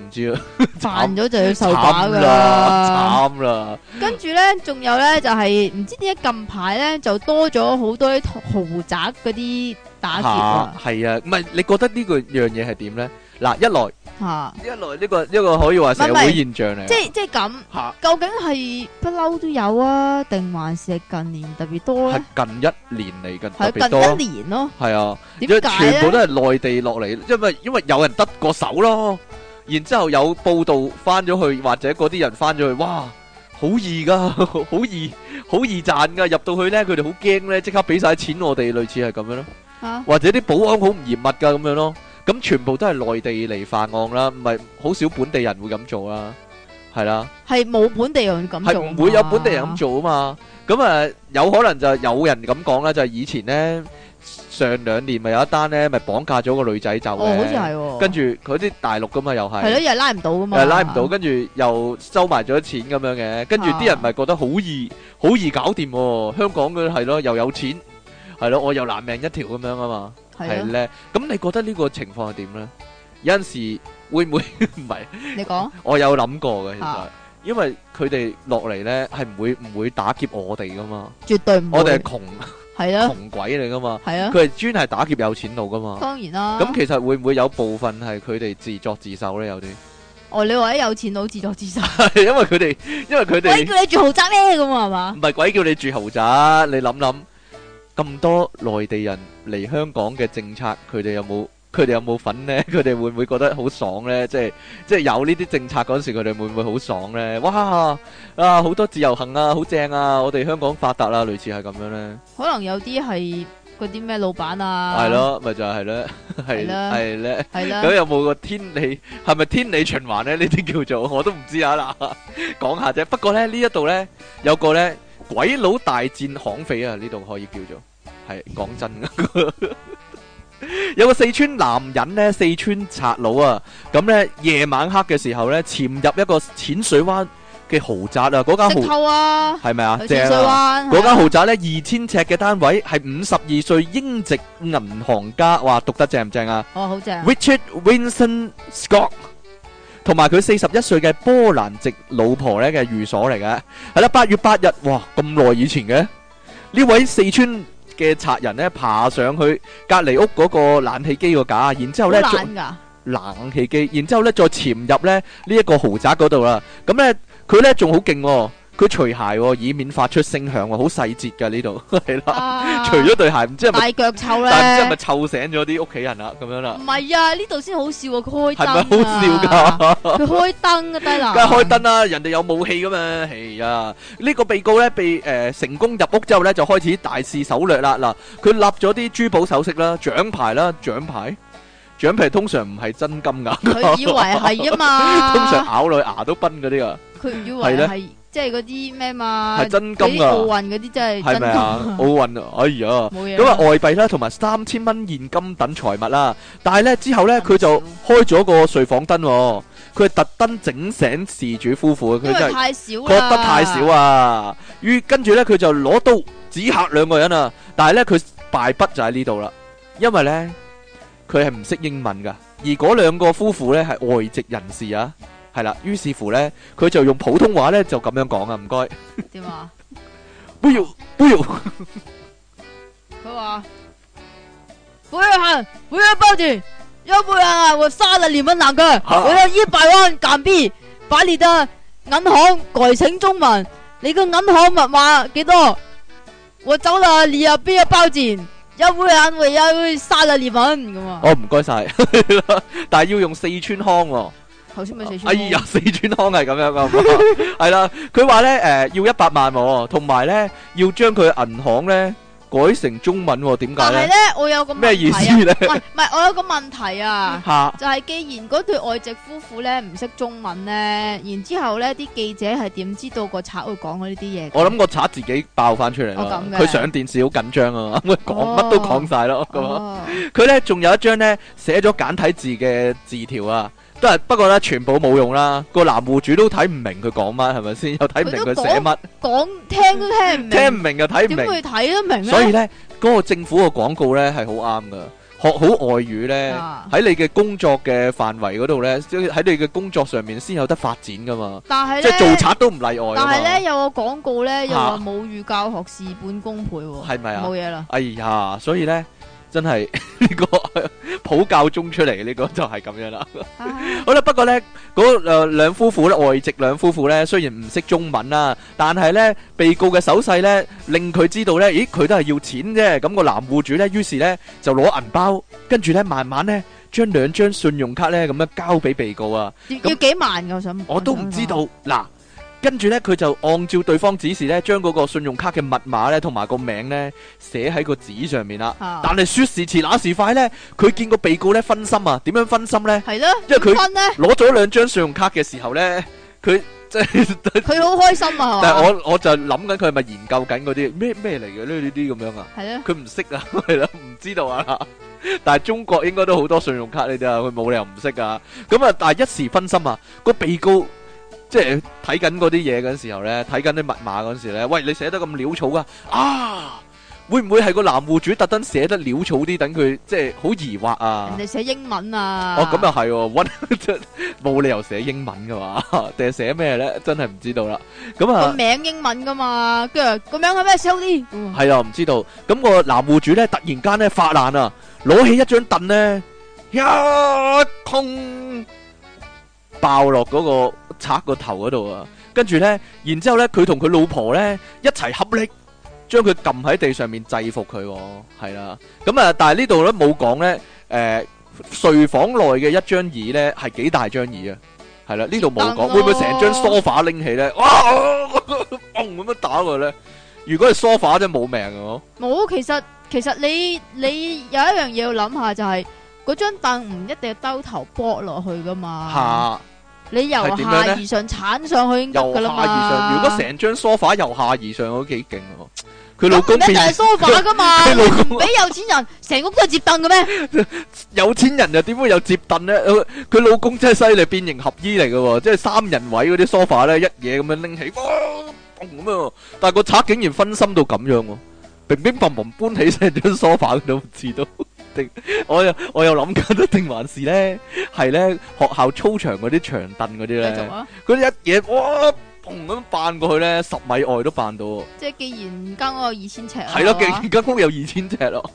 A: 唔知啊，
B: 犯咗就要受把
A: 慘
B: 噶啦。
A: 啦，慘啦，
B: 跟住咧，仲有咧就係、唔知點解近排咧就多咗好多啲豪宅嗰啲打劫
A: 嚇
B: 啊
A: 係啊，唔係你覺得呢個樣嘢係點呢？嗱，一來
B: 嚇、
A: 一來呢個呢個可以話社
B: 唔係唔
A: 會
B: 係
A: 現象嚟
B: 即
A: 啊，
B: 係即係咁，
A: 嚇
B: 究竟係不嬲都有啊，定還是係近年特別多咧？
A: 係近一年嚟嘅特別
B: 係
A: 多，
B: 近一年咯，
A: 係啊。因為
B: 點解
A: 全部
B: 咧？
A: 都係內地落嚟，因為因為有人得過手咯，然之後有報道翻咗去，或者嗰啲人翻咗去，哇，好易噶， 好易好易賺噶，入到去呢，佢哋好驚呢，即刻俾晒錢我哋，類似係咁樣咯，
B: 嚇
A: 或者啲保安好唔嚴密噶咁樣咯，咁全部都係內地嚟犯案啦，唔係好少本地人會咁做啦，係啦。
B: 係冇本地人咁
A: 係
B: 做，
A: 唔會有本地人咁。做啊嘛。咁啊，有可能就有人咁講啦，就係以前咧上兩年咪有一單咧，咪綁架咗個女仔走
B: 哦，好似
A: 嘅，
B: 係喎。
A: 跟住佢啲大陸噶嘛又
B: 係咯，啊
A: 係，
B: 又係拉唔到噶嘛。
A: 誒拉唔到，跟住又收埋咗錢咁樣嘅，跟住啲人咪覺得好易好易搞掂喎，香港嘅係咯又有錢，係咯我又難命一條咁樣啊嘛。
B: 係
A: 係
B: 咯，
A: 咧，咁你覺得呢個情況係點咧？有陣時會唔會 唔係？
B: 你講
A: 我有諗過嘅，其實
B: 啊，
A: 因為佢哋落嚟咧係唔會唔會打劫我哋噶嘛，
B: 絕對唔會。
A: 我哋係窮
B: 係啦，
A: 窮鬼嚟噶嘛，
B: 係啊，
A: 佢係專係打劫有錢佬噶嘛。
B: 當然啦。
A: 咁其實會唔會有部分係佢哋自作自受咧？有啲
B: 哦，你話啲有錢佬自作自受，
A: 係因為佢哋，因為佢
B: 鬼
A: 哋
B: 叫你住豪宅咩咁啊？係嘛？
A: 唔係鬼叫你住豪宅，你諗諗咁多內地人嚟香港嘅政策，佢哋有冇？佢哋有冇份呢？ 佢哋會唔會覺得好爽呢？即係即係有呢啲政策嗰陣時，佢哋會唔會好爽呢？哇！啊，好多自由行啊，好正啊！我哋香港發達啦，類似係咁樣呢。
B: 可能有啲係嗰啲咩老闆啊，
A: 係，咯，咪就係咧，係
B: 係啦
A: 係咧。
B: 係
A: 咁
B: 啦，
A: 有冇個天理係咪天理循環咧？呢啲叫做我都唔知啊嗱， 講下啫。不過咧呢一度咧有個咧鬼佬大戰悍匪啊，呢度可以叫做係講真㗎 有個四川男人咧，四川賊佬啊，咁咧夜晚黑嘅時候咧，潛入一個淺水灣嘅豪宅啊，嗰
B: 識
A: 間豪
B: 偷啊，
A: 係咪啊？
B: 去
A: 正
B: 淺水
A: 啊！
B: 灣，
A: 嗰間豪宅咧，二千尺嘅單位係五十二歲英籍銀行家，哇，讀得正唔正啊
B: 哦好正，
A: ？Richard Winston Scott 同埋佢四十一歲嘅波蘭籍老婆咧嘅寓所嚟嘅，係啦，八月八日，哇，咁耐以前嘅呢位四川嘅賊人咧，爬上去隔離屋嗰個冷氣機個架，然之後
B: 好
A: 咧再
B: 懶㗎，
A: 冷氣機，然之後咧再潛入咧呢一個豪宅嗰度啦。咁咧佢咧仲好勁喎，佢除鞋喎，以免發出聲響喎，好細節㗎呢度 係啦。
B: 啊
A: 除咗對鞋，唔知係咪，
B: 大腳
A: 但唔
B: 臭
A: 知係咪
B: 咧，
A: 臭醒咗啲屋企人啦，咁樣啦
B: 唔，係啊，呢度先好笑啊，佢開
A: 係
B: 燈
A: 咪好
B: 啊，
A: 笑㗎？
B: 佢開燈啊，低
A: 梗
B: 能，
A: 係開燈啦，人哋有武器噶嘛，係啊！呢個被告咧被誒成功入屋之後咧，就開始大肆搜掠啦。嗱，佢立咗啲珠寶首飾啦、獎牌啦、獎牌，獎牌通常唔係真金㗎，
B: 佢以為係啊嘛，
A: 通常咬落去牙都崩嗰啲啊，
B: 佢以
A: 係
B: 為
A: 咧
B: 係即係嗰啲咩嘛，
A: 係真
B: 嗰
A: 金
B: 啲
A: 啊
B: 奧，運嗰啲真係
A: 係
B: 真
A: 咪
B: 金
A: 啊？奧運啊，哎呀！
B: 冇嘢啦，
A: 咁啊，外幣啦，同埋三千蚊現金等財物啦。但係咧之後咧，佢就
B: 咁
A: 開咗個睡房燈喎，佢係特登整醒事主夫婦，
B: 因
A: 佢真係
B: 為太少啦，
A: 覺得太少啊。於跟住呢，佢就攞刀指嚇兩個人啊，但係呢，佢敗筆就喺呢度啦，因為呢，佢係唔識英文噶，而嗰兩個夫婦呢係外籍人士啊，係啦，於是乎呢，佢就用普通話呢就咁樣講啊，唔該，
B: 點啊？
A: 不要不要。
B: 佢話不要喊，不啊要报警，要不然啊，我杀了你們兩個，
A: 啊
B: 我要一百萬港幣，把你的銀行改成中文，你個銀行密碼幾多？我走了，你要不要報警？要不然我要殺了你們咁啊！
A: 哦，唔該晒， 但係要用四川腔喎、
B: 頭先咪四
A: 哎
B: 川
A: 呀，四川腔係咁樣噶，係啦，佢話咧诶要一百萬喎，同埋咧要將佢銀行咧改成中文喎，點解
B: 但係
A: 咧？
B: 咧，我有個問題啊
A: 咩意思咧？
B: 唔係唔係，我有個問題啊。
A: 吓
B: 就係既然嗰對外籍夫婦咧唔識中文咧，然之後咧啲記者係點知道個賊會講佢呢啲嘢？
A: 我諗個賊自己爆翻出嚟
B: 哦
A: 啦
B: 咁，嘅
A: 佢上電視好緊張啊嘛，講乜都講晒咯，咁啊，
B: 哦
A: 佢咧仲有一張咧寫咗簡體字嘅字條啊。都係不過咧，全部冇用啦。個男户主都睇唔明佢講乜，係咪先？又 睇唔明佢寫乜，
B: 講聽都聽唔明，
A: 聽唔明又睇唔
B: 點
A: 明。
B: 會睇都明咧？
A: 所以咧，嗰、個政府嘅廣告咧係好啱噶，學好外語咧，喺、
B: 啊
A: 你嘅工作嘅範圍嗰度咧，即係喺你嘅工作上面先有得發展噶嘛，
B: 但係
A: 即
B: 咧，
A: 係做賊都唔例外啊
B: 但係咧
A: 嘛，
B: 有個廣告咧又話
A: 啊
B: 母語教學事半功倍喎，
A: 係咪啊
B: 冇？嘢啦。
A: 哎呀，所以咧，真係 呢、個普教中出嚟呢、個 就係咁樣啦。
B: 唉
A: 好啦，不過咧，嗰誒兩夫婦咧，外籍兩夫婦咧，雖然唔識中文啦，但係咧，被告嘅手勢咧，令佢知道咧，咦，佢都係要錢啫。咁、個男户主咧，於是咧就攞銀包，跟住咧慢慢咧將兩張信用卡咧咁樣交俾被告啊。
B: 要
A: 咁
B: 要幾萬㗎？我想
A: 我都唔知。道嗱。跟住咧，佢就按照對方指示咧，將嗰個信用卡嘅密碼咧同埋個名咧寫喺個紙上面啦。
B: 啊
A: 但係說時遲那時快咧，佢見個被告咧分心啊，點樣分心咧？
B: 係咯，
A: 因為佢
B: 點分咧，
A: 攞咗兩張信用卡嘅時候呢，佢即係，
B: 佢好開心啊！
A: 但係
B: 我
A: 我我就諗緊佢係咪研究緊嗰啲咩咩嚟嘅呢？呢啲咁樣啊，
B: 係咯，
A: 佢唔識啊， 係啦，唔知道啊。但係中國應該都好多信用卡呢啲啊，佢冇理由唔識啊。咁啊，但係一時分心啊，個被告即係睇緊嗰啲嘢嗰陣時候呢，睇緊啲密碼嗰陣時呢，喂，你寫得咁潦草噶啊？會唔會係個男户主特登寫得潦草啲，等佢即係好疑惑啊？
B: 人哋寫英文啊。
A: 哦，咁 又係喎，屈冇理由寫英文噶嘛， 定係寫咩咧？真係唔知道啦。咁
B: 個
A: 啊，
B: 名英文噶嘛，跟住個名係咩 s e l l 啲，
A: 係啊，唔知道。咁個男户主咧，突然間咧發難啊，攞起一張凳咧，一空爆落嗰個賊個頭嗰度啊！跟住咧，然之後咧，佢同佢老婆咧一齊合力。將佢撳喺地上面制服佢、喎，係啦。咁啊，但係呢度咧冇講咧，誒、睡房內嘅一張椅咧係幾大張椅啊？係啦，呢度冇
B: 折
A: 講，
B: 凳咯
A: 會唔會成張梳化拎起咧？哇， 嘣咁樣打佢咧？如果係梳化真係冇命嘅，
B: 冇其實其實你你有一樣嘢要諗下就係嗰張凳唔一定要兜頭剝落去噶
A: 嚇、
B: 嘛，你由
A: 係點樣
B: 下
A: 呢
B: 而上鏟上去已經得
A: 由
B: 噶
A: 下
B: 啦
A: 而上。
B: 嘛。
A: 如果成張梳化由下而上都幾勁喎，佢
B: 咁
A: 老公
B: 唔一定係
A: 變
B: sofa 噶嘛，
A: 佢老
B: 唔
A: 公
B: 俾有錢人成屋都係接凳嘅咩？
A: 有錢人又點會有摺凳咧？佢佢老公真係犀利，變形合衣嚟嘅喎，即係三人位嗰啲 sofa 咧，一嘢咁樣拎起，哇，嘣咁樣喎。但係個賊竟然分心到咁樣喎，乒乒乓乓搬起成張 sofa 佢都唔知道。定我又我又諗緊，定還是咧係咧學校操場嗰啲長凳嗰啲
B: 繼
A: 咧
B: 續，啊，
A: 嗰啲一嘢哇，嘣咁扮過去咧，十米外都扮到喎。
B: 即係既然間屋有二千尺，
A: 係咯，
B: 係嘛
A: 間間屋有二千尺咯。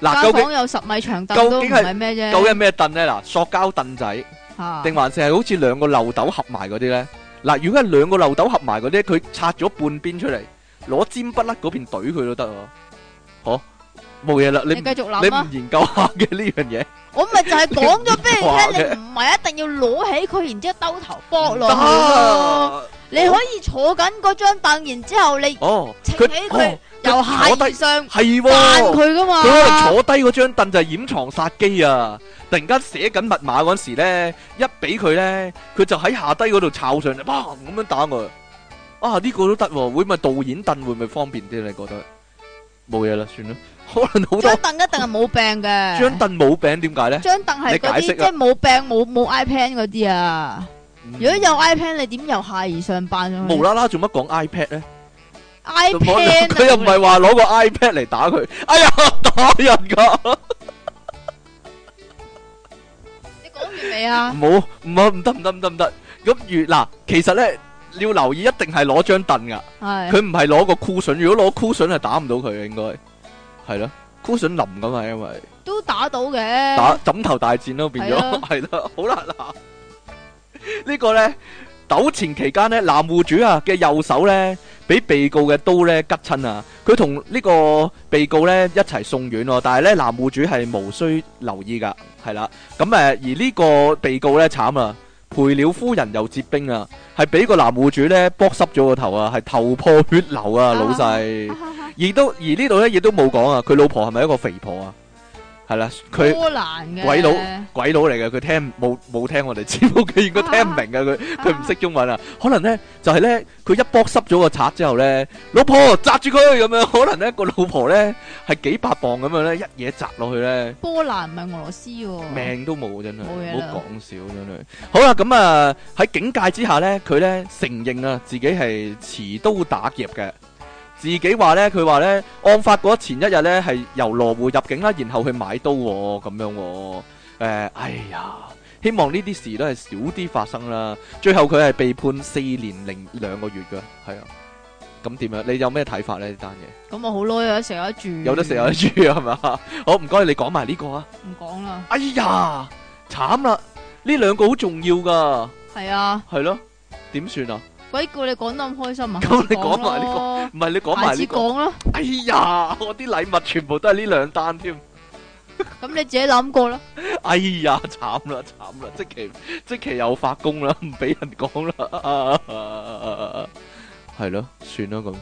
A: 嗱，究
B: 間
A: 竟
B: 房有十米長凳
A: 究
B: 都唔
A: 竟係
B: 係咩啫，
A: 究竟係咩凳咧？嗱，塑膠凳仔。
B: 嚇
A: 定還是係好似兩個漏斗合埋嗰啲呢？嗱，如果係兩個漏斗合埋嗰啲，佢拆咗半邊出嚟，攞尖筆甩嗰邊懟佢都得喎。嗬，冇嘢啦，你
B: 你繼
A: 唔
B: 續
A: 你
B: 諗
A: 唔
B: 啊！
A: 研究下嘅呢樣嘢，
B: 我咪就係講咗俾 你
A: 哇
B: 聽，你唔係一定要攞起佢，然之後兜頭剝落去咯。
A: 得
B: 你可以坐緊嗰張凳，然之後你
A: 哦，
B: 請
A: 佢
B: 起佢
A: 哦
B: 由下
A: 坐
B: 而
A: 低
B: 上
A: 係
B: 扮
A: 喎。
B: 佢噶
A: 佢
B: 嘛。
A: 可能坐低嗰張凳就係掩藏殺機啊！突然間寫緊密碼嗰時咧，一俾佢咧，佢就喺下低嗰度抄上嚟，哇咁樣打我。啊呢、個都得喎，會唔會導演凳會唔會方便啲？你覺得？冇嘢啦，算啦。 可能好多
B: 張凳一定係冇病嘅。
A: 張凳冇餅，點解咧？
B: 張凳
A: 你
B: 係嗰啲
A: 解釋啊
B: 即係冇病冇冇 iPad 嗰啲啊。如果有 iPad，你點由下而上扮上去
A: 無啦啦做乜講 iPad 咧？
B: ？iPad 啊
A: 佢又唔係話攞個 iPad 嚟打佢，哎呀 打人噶！
B: 你講完未啊？
A: 冇，唔好，唔得，唔得，唔得，唔得。咁如嗱，其實咧，你要留意，一定係攞張凳噶，
B: 係
A: 佢唔係攞個 cushion。如果攞 cushion 係打唔到佢嘅，應該係咯。cushion 冧噶嘛，因為
B: 都打到嘅。
A: 打枕頭大戰咯，變
B: 係
A: 咗
B: 啊
A: 係啦，好難啊！呢個咧糾纏期間咧，男户主啊嘅右手咧，俾被告嘅刀咧吉親啊！佢同呢個被告咧一齊送院喎，但係咧男户主係無需留意噶，係啦。咁誒，而呢個被告咧慘啊！賠了夫人又折兵啊，係俾個男户主咧剝濕咗個頭啊，係頭破血流啊，老細。而都而呢度咧，亦都冇講啊，佢老婆係咪一個肥婆啊？係啦，佢。
B: 波蘭嘅
A: 鬼佬鬼佬嚟嘅，佢聽冇冇聽我哋節目，佢應該聽唔明嘅，佢佢唔識中文啊。可能咧就係咧，佢一剝濕咗個賊之後咧，老婆擲住佢咁樣，可能咧個老婆咧係幾百磅咁樣咧，一嘢擲落去咧，
B: 波蘭唔係俄羅斯喎。
A: 命都冇真係，
B: 冇嘢
A: 唔
B: 啦
A: 好講笑真係。好啦，咁啊喺警戒之下咧，佢咧承認啊自己係持刀打劫嘅。自己話咧，佢話咧，案發嗰前一日咧係由羅湖入境啦，然後去買刀喎、咁樣喎、誒哎呀，希望呢啲事都係少啲發生啦。最後佢係被判四年零兩個月㗎，係啊。咁點樣？你有咩睇法咧？呢單嘢
B: 咁啊好咯，有得食有得住。
A: 有得食有得住係嘛？好，唔該，你講埋呢個啊。
B: 唔講啦，
A: 哎呀，慘啦！呢兩個好重要㗎，
B: 係啊，
A: 係咯，點算啊？
B: 鬼叫你講得咁開心啊！
A: 咁你講
B: 講
A: 埋呢
B: 呢
A: 唔係你講
B: 下
A: 埋
B: 次
A: 呢個。
B: 講啦，
A: 哎呀，我啲禮物全部都係呢兩單添。
B: 咁你自己諗過啦。
A: 哎呀，慘啦慘啦，即期即期又發功啦，唔 俾人講啦， 係咯，算啦咁，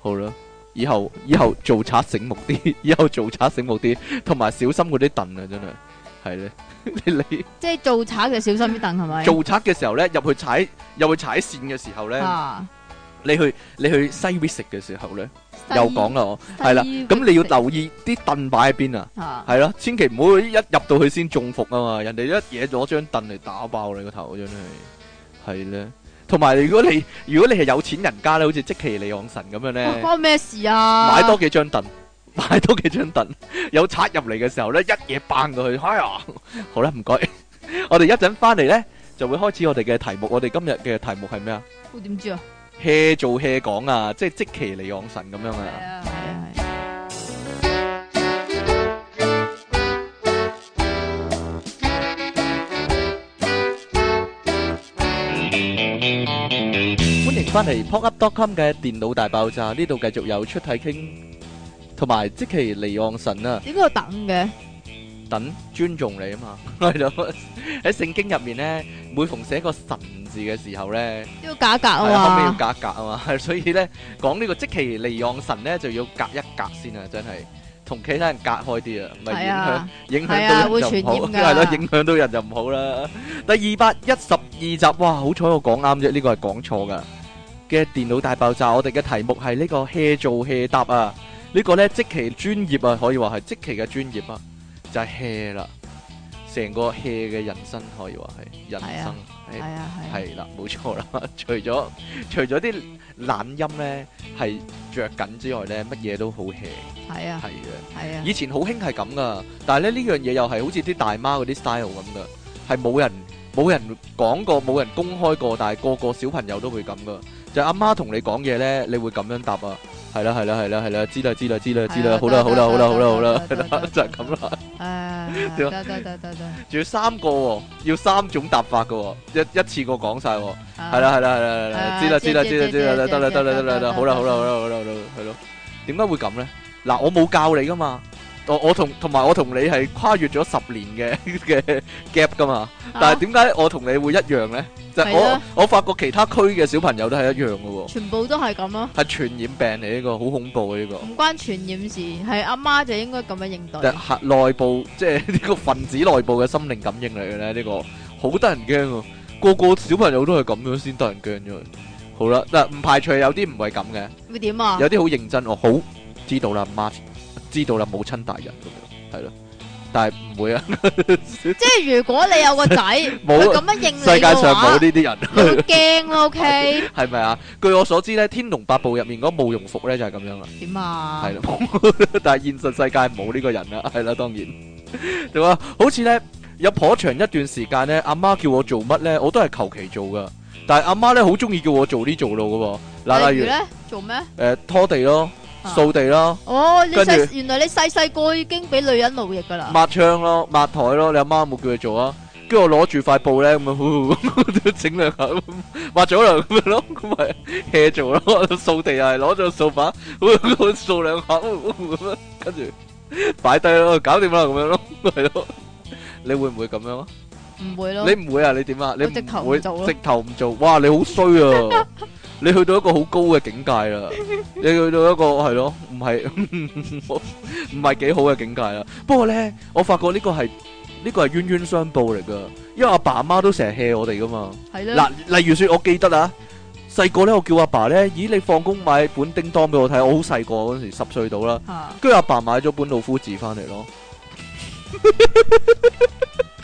A: 好啦，以後以後做賊醒目啲， 以後做賊醒目啲，同埋小心嗰啲凳啊，真係係咧， 你你
B: 即係做賊就小心啲凳係咪？
A: 做賊嘅時候咧，入去踩入去踩線嘅時候咧，
B: 啊，
A: 你去你去西 w 食嘅時候咧，
B: 西
A: 又講啦我係啦，
B: 西
A: 咁你要留意啲凳擺喺邊啊。
B: 啊，
A: 系咯，千祈唔好一入到去先中伏啊嘛！人哋一嘢攞張凳嚟打爆你個頭，真係係咧。同埋如果你如果你係有錢人家咧，好似即其利昂神咁樣
B: 哇
A: 咧，
B: 關咩事啊？
A: 買多幾張凳， 買多幾張凳，有賊入嚟嘅時候咧，一嘢掹過去，哎呀！好啦，唔該，我哋一陣翻嚟咧就會開始我哋嘅題目。我哋今日嘅題目係咩啊
B: 我點知啊？
A: ？hea 做 hea 講啊，即係即其利昂神咁樣
B: 係
A: 啊！
B: 啊，係啊，係啊
A: 欢迎翻嚟 popup.com 嘅電腦大爆炸，呢度繼續有出體傾，同埋即其離岸神啊，
B: 點解要等嘅？
A: 等尊重你啊嘛， 係咯。喺聖經入面咧，每逢寫個神字嘅時候咧，
B: 都要價格
A: 係啊後尾要
B: 啊嘛，
A: 隔一隔啊嘛， 所以咧講呢個即其離岸神咧就要隔一隔先啊，真係同其他人隔開啲啊，咪
B: 係
A: 影響。
B: 啊，
A: 影響到人就唔好，
B: 係啊會傳染㗎
A: 係咯，影響到人就唔好啦。第二百一十二集，哇，好彩我講啱啫，呢個係講錯噶嘅電腦大爆炸。我哋嘅題目係呢個 hea 做 hea 答啊，呢個呢，即其專業啊，可以話係即其嘅專業啊，就係 hea 啦，成個 hea 嘅人生可以話係人
B: 係
A: 生
B: 啊係啊，係啊，
A: 係啦， 冇錯啦。除咗除咗啲懶音呢係着緊之外呢，乜嘢都好 hea
B: 係啊
A: 係，嘅。
B: 係啊，
A: 以前好興係咁噶，但係咧呢樣嘢又係好似啲大媽嗰啲 style 咁噶，係冇人冇人講過，冇人公開過，但係個個小朋友都會咁噶，就係阿媽同你講嘢咧，你會咁樣答啊，係啦係啦係啦係啦，知啦知啦知啦知啦，好啦好啦好啦好啦好啦，係啦就係咁啦，
B: 誒，
A: 點
B: 得得得得得，
A: 仲要三個喎，要三種答法噶，一一次過講晒喎，係
B: 係
A: 啦係啦係啦係啦，知啦知啦知啦知啦，得啦得啦得啦得啦，好啦好啦好啦好啦好啦，係咯，點解會咁咧？嗱，我冇教你噶嘛。我我同同埋我同你係跨越咗十年嘅嘅 gap 噶嘛，但係點解我同你會一樣咧？就係
B: 係
A: 我
B: 啊
A: 我發覺其他區嘅小朋友都係一樣嘅喎，
B: 全部都係咁咯，
A: 係傳染病嚟呢個，好恐怖嘅呢
B: 唔關傳染事，係阿媽就應該咁樣應對
A: 個，。就係內部即係呢個分子內部嘅心靈感應嚟嘅咧，呢個好得人驚喎，個個小朋友都係咁樣先得人驚啫。好啦，嗱唔排除有啲唔係咁嘅，
B: 會點啊？
A: 有啲好認真，我好知道啦，March 知道啦，母親大人咁樣，係咯。但係唔會啊，
B: 即系如果你有个仔，佢
A: 冇
B: 咁样应你
A: 世界上
B: 嘅
A: 冇
B: 话，
A: 呢啲人。
B: 你会惊咯？OK，
A: 係咪啊？據我所知咧，《天龍八部》入面嗰個慕容復咧就係咁樣啦，
B: 点啊
A: 係？啦。 但係現實世界冇呢個人啦，係啦，當然。就話好似咧有頗長一段時間咧，阿媽叫我做乜咧，我都係求其做噶。但係阿媽咧好中意叫我做呢做路噶喎，嗱，
B: 例
A: 例
B: 如
A: 如
B: 咧，做咩？
A: 誒拖地咯、
B: 啊
A: 掃地咯、
B: 哦，你
A: 跟住
B: 细原来你细细个已经俾女人奴役噶啦，
A: 抹窗咯、抹台咯，你阿媽有冇叫佢做啊？跟住我攞住塊布咧，咁樣 呼呼呼整兩下， 抹咗啦咁樣咯，咁咪 hea 做咯， 掃地又係攞咗掃把， 呼呼掃兩下， 呼呼咁樣跟住擺低咯，搞掂啦咁樣咯， 係咯。你會唔會咁樣啊？
B: 唔会咯？
A: 你唔會啊？你點啊？你
B: 我直頭
A: 唔
B: 唔
A: 會
B: 做咯
A: 直頭唔做？哇！你好衰 啊！你去到一個好高嘅境界啦，你去到一個係咯，唔係 唔係幾好嘅境界啦。不過咧，我發覺呢個係呢個係冤冤相報嚟噶，因為阿爸阿媽都成日 hea 我哋噶嘛。
B: 系咯
A: 嗱，，例如說，我記得啊，細個咧，我叫阿爸咧，咦，你放工買本叮當俾我睇，我好細個嗰陣時十歲到啦，
B: 嚇
A: 跟住阿爸買咗本老夫子翻嚟咯。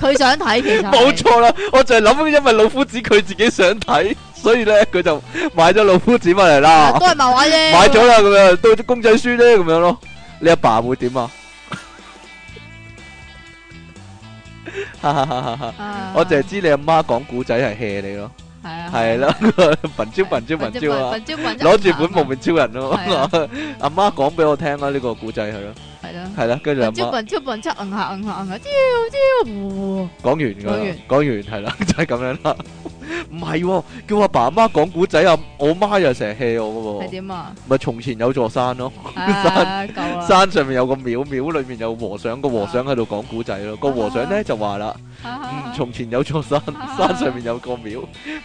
B: 佢想睇其实係
A: 冇，錯啦，我就係諗，因為老夫子佢自己想睇， 所以咧佢就買咗老夫子翻嚟
B: 啊
A: 啦
B: 都，系漫画啫，
A: 買咗啦咁樣，到啲公仔書咧咁樣咯。你阿爸會點啊？哈哈哈哈哈！
B: 啊，
A: 我淨係知你阿媽講古仔係 hea 你咯，
B: 系啊，
A: 係啦， 笨招 笨招笨招啊！
B: 笨招笨招，
A: 攞住本蒙面超人咯
B: 係啊，
A: 阿媽講俾我聽啦，呢個古仔係咯，
B: 系啦，
A: 係啦，跟住阿媽
B: 笨招笨招笨招，摁下摁下摁下，招招，呼
A: 講完㗎啦，講完係啦， 就係咁樣啦。唔係喎，叫阿爸阿媽講古仔啊，我媽又成日 hea 我㗎
B: 系
A: 喎，
B: 点啊？
A: 咪從前有座山咯，
B: 啊，啊够啦，
A: 山上面有個廟，廟裏面有和尚，個和尚喺度講古仔咯，個和尚呢就話啦，
B: 啊
A: 嗯，從前有座山， 山上面有個廟，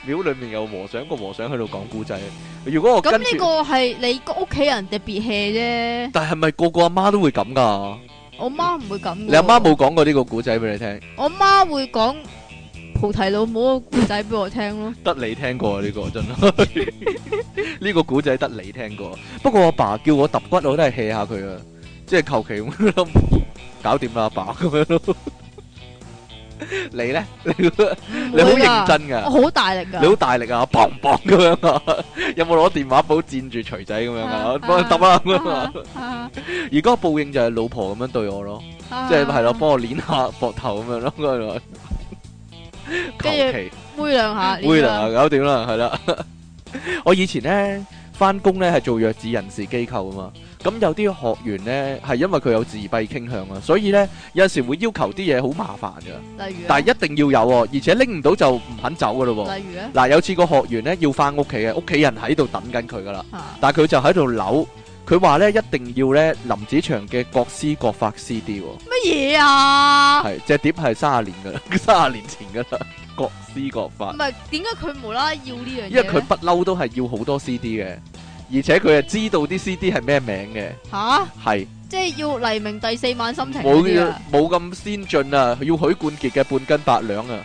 A: 廟裏面有和尚，個和尚喺度講古仔。如果我
B: 咁
A: 跟
B: 呢
A: 住，
B: 个系你個屋企人特別 hea 啫，
A: 但係咪個個阿媽都會咁㗎？
B: 我媽唔會咁。
A: 你阿媽？冇講過呢個古仔俾你聽。
B: 我媽會講菩提老母個故仔俾我聽咯。
A: 得你聽過啊！呢、個真係 呢個古仔得你聽過。不過我爸叫我揼骨，我都係 hea 下佢啊，即係求其咁樣搞掂啦，阿爸咁樣咯。你呢？你你好
B: 唔會㗎
A: 認，真
B: 我
A: 㗎，
B: 好大力噶
A: 你。好大力啊，砰砰咁樣啊！有冇攞電話簿墊住錘仔咁樣啊
B: 啊？
A: 幫佢揼啦咁樣啊！
B: 啊
A: 而家報應就係老婆咁樣對我咯，即係係咯，幫我捏下膊頭咁樣咯，嗰度求
B: 跟住
A: 其。
B: 妹兩下，
A: 會啦，搞掂啦，係 啦。我以前咧翻工咧係做弱智人士機構啊嘛，咁有啲學員咧係因為佢有自閉傾向啊，所以咧有陣時會要求啲嘢好麻煩噶，
B: 例如啊，
A: 但係一定要有喎，而且拎唔到就唔肯走噶咯喎。
B: 例如咧，
A: 嗱，有次個學員咧要翻屋企嘅，屋企人喺度等緊佢噶啦，
B: 啊
A: 但係佢就喺度扭，佢話咧一定要咧林子祥嘅各思各法 CD 喎。
B: 乜嘢啊？
A: 係隻碟係三十年噶啦， 三十年前噶啦，各思各法
B: 唔。係點解佢無啦啦要呢樣嘢
A: 因為佢
B: 咧？
A: 不嬲都係要好多 CD 嘅，而且佢係知道啲 CD 係咩名嘅，
B: 吓，
A: 係
B: 即係要黎明第四晚心情嗰
A: 冇
B: 啲啊？
A: 冇咁先進啊，要許冠傑嘅半斤八兩啊，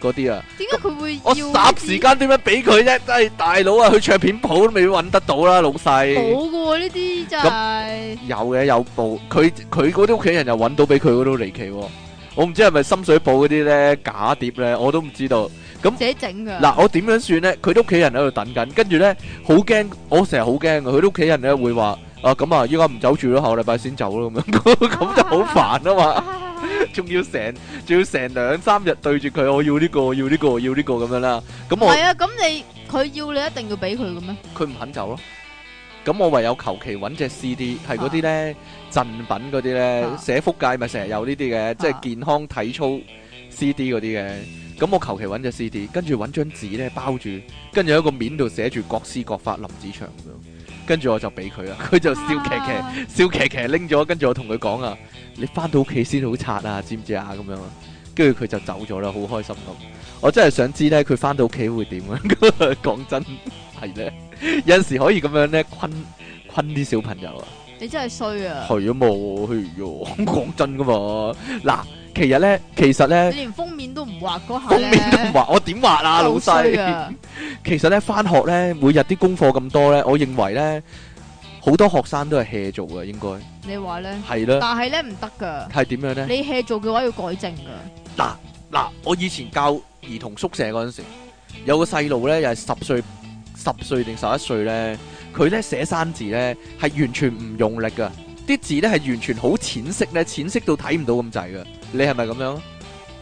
A: 嗰啲啊，
B: 點解佢會
A: 我
B: 要呢
A: 霎
B: 啲
A: 時間點樣俾佢啫？真係大佬啊，去唱片鋪都未必揾得到啦，老細。
B: 冇噶喎？呢啲真係
A: 有嘅有部，佢佢嗰啲屋企人又揾到俾佢嗰度離奇喎、我唔知係咪深水埗嗰啲呢假碟呢，我都唔知道。
B: 自己整噶。
A: 嗱，我點樣算呢？佢啲屋企人喺度等緊，跟住呢，好驚，我成日好驚嘅。佢啲屋企人呢會話：啊咁啊，依家唔走住咯，下個禮拜先走咯咁樣，咁就好煩啊嘛。仲要成仲要成兩三日對住佢，我要呢個，我要呢個，我要呢個咁樣啦。咁
B: 系
A: 我
B: 啊，咁你佢要你一定要俾佢嘅咩？
A: 佢唔肯走咯。咁我唯有求其揾隻 CD，係嗰啲呢贈品嗰啲呢，
B: 啊
A: 寫福界咪成日有呢啲嘅，即係健康體操 CD 嗰啲嘅。咁我求其揾隻 CD，跟住揾張紙呢包住，跟住喺個面度寫住各施各法林子祥咁樣，跟住我就俾佢啦，佢就笑騎
B: 啊
A: 騎。笑騎騎拎咗，跟住我同佢講啊，你翻到屋企先好刷啊，知唔知啊？咁樣啊，跟住佢就走咗啦，好開心咁。我真係想知咧，佢翻到屋企會點啊？ 講真係咧，有阵时可以咁樣咧，坤坤啲小朋友啊，
B: 你真係衰啊！
A: 係啊冇，係啊， 講真噶嘛。嗱，其實咧，其實
B: 你
A: 咧，
B: 連封面都唔畫嗰下
A: 封
B: 咧，
A: 面都唔畫，我點畫啊，老
B: 好衰
A: 細。
B: 啊！
A: 其實咧，翻學咧，每日啲功課咁多咧，我認為咧，好多學生都係 hea 做嘅，應該
B: 你話咧，
A: 係啦，
B: 但係咧唔得噶，
A: 係點樣呢？
B: 你 hea 做嘅話要改正噶。
A: 嗱嗱，我以前教兒童宿舍嗰陣時，有個細路咧，又係十歲、十歲定十一歲咧，佢咧寫生字咧係完全唔用力噶，啲字咧係完全好淺色咧，淺色到睇唔到咁滯噶。你係咪咁樣？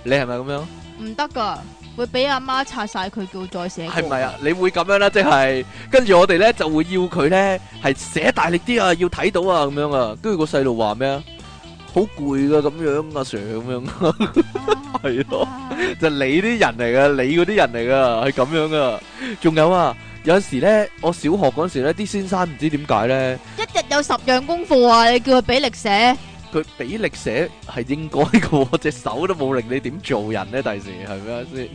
A: 你係咪咁樣？
B: 唔得噶，會俾阿媽擦晒佢叫再寫。
A: 係咪？啊？你會咁樣啦，即係跟住我哋咧就會要佢咧係寫大力啲啊，要睇到啊咁樣啊。跟住個細路話咩啊？好攰噶咁樣啊 Sir 咁樣，係咯。就你啲人嚟噶，你嗰啲人嚟噶，係咁樣噶。仲有啊，有時咧，我小學嗰時咧，啲先生唔知點解咧，
B: 一日有十樣功課啊，你叫佢俾力寫，
A: 佢俾力寫係應該嘅喎，隻手都冇力，你點做人咧？第時係咪先？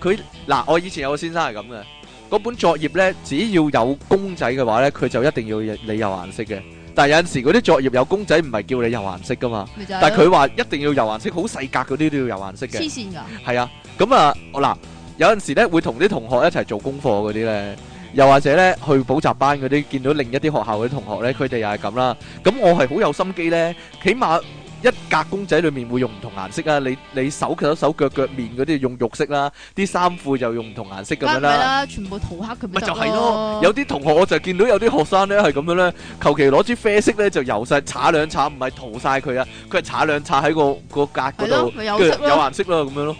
A: 佢嗱，我以前有個先生係咁嘅，嗰本作業咧，只要有公仔嘅話咧，佢就一定要你油顏色嘅。但係有陣時嗰啲作業有公仔，唔係叫你油顏色噶嘛。
B: 咪就係咯
A: 但係佢話一定要油顏色，好細格嗰啲都要油顏色嘅
B: 黐。線㗎，
A: 係啊，咁啊，我嗱有陣時咧會同啲同學一齊做功課嗰啲咧，又或者咧去補習班嗰啲，見到另一啲學校嗰啲同學咧，佢哋又係咁啦。咁我係好有心機咧，起碼一格公仔裏面會用唔同顏色啊，你你手手手腳腳面嗰啲用肉色啦，啲衫褲就用唔同顏色咁
B: 梗
A: 樣
B: 係咪
A: 啦。
B: 啦，全部塗黑佢
A: 咪
B: 得
A: 就係咯，有啲同學我就見到有啲學生咧係咁樣咧，求其攞支啡色咧就油晒搽兩搽，唔係塗晒佢啊，佢係搽兩搽喺個個格嗰
B: 係
A: 度
B: 咯，咪有
A: 跟
B: 色
A: 住有
B: 咯。
A: 顏色啦，咁樣咯。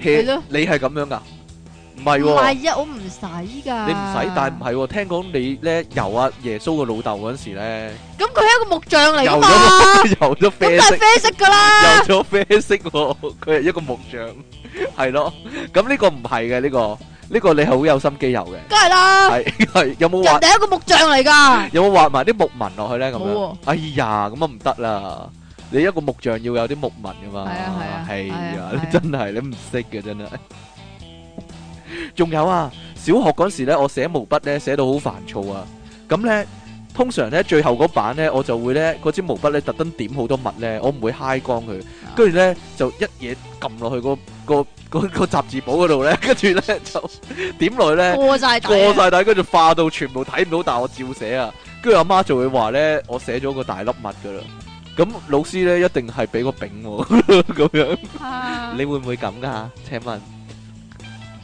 B: 係
A: hea
B: 咯
A: 你係咁樣噶？唔係
B: 唔
A: 喎，
B: 係啊，我唔使㗎。
A: 你唔使，但係唔係喎？聽講你咧由阿耶穌嘅老豆嗰陣 時咧，
B: 咁佢係一個木匠嚟㗎
A: 油
B: 嘛，
A: 咗油咗
B: 咁
A: 啡
B: 但
A: 色
B: 係，啡色㗎啦。
A: 油咗啡色喎，佢係一個木匠，係咯。咁呢個唔係嘅，呢個呢個你係好有心機油嘅，
B: 梗係啦，
A: 係係有冇
B: 人
A: 畫
B: 哋係一個木匠 嚟㗎，
A: 有冇畫埋啲木紋落去咧？咁
B: 冇
A: 樣
B: 喎，
A: 哎呀，咁啊唔得啦！你一個木匠要有啲木紋噶嘛，
B: 係啊係啊
A: 係
B: 係啊
A: 啊，你
B: 係啊
A: 真係你唔識嘅真係。仲有啊，小學嗰時咧，我寫毛筆咧寫到好煩躁啊，咁咧。通常咧，最後嗰版咧，我就會咧，嗰支毛筆咧，特登點好多墨咧，我唔會揩光 佢，跟住咧就一嘢撳落去個個個個雜誌簿嗰度咧，跟住咧就點落去咧，
B: 過晒底
A: 過
B: 啊。
A: 晒底，跟住化到全部睇唔到，但我照寫啊。跟住阿媽就會話咧，我寫咗個大粒物噶啦。咁老師咧一定係俾個丙我 咁樣，
B: 啊
A: 你會唔會咁噶？請問，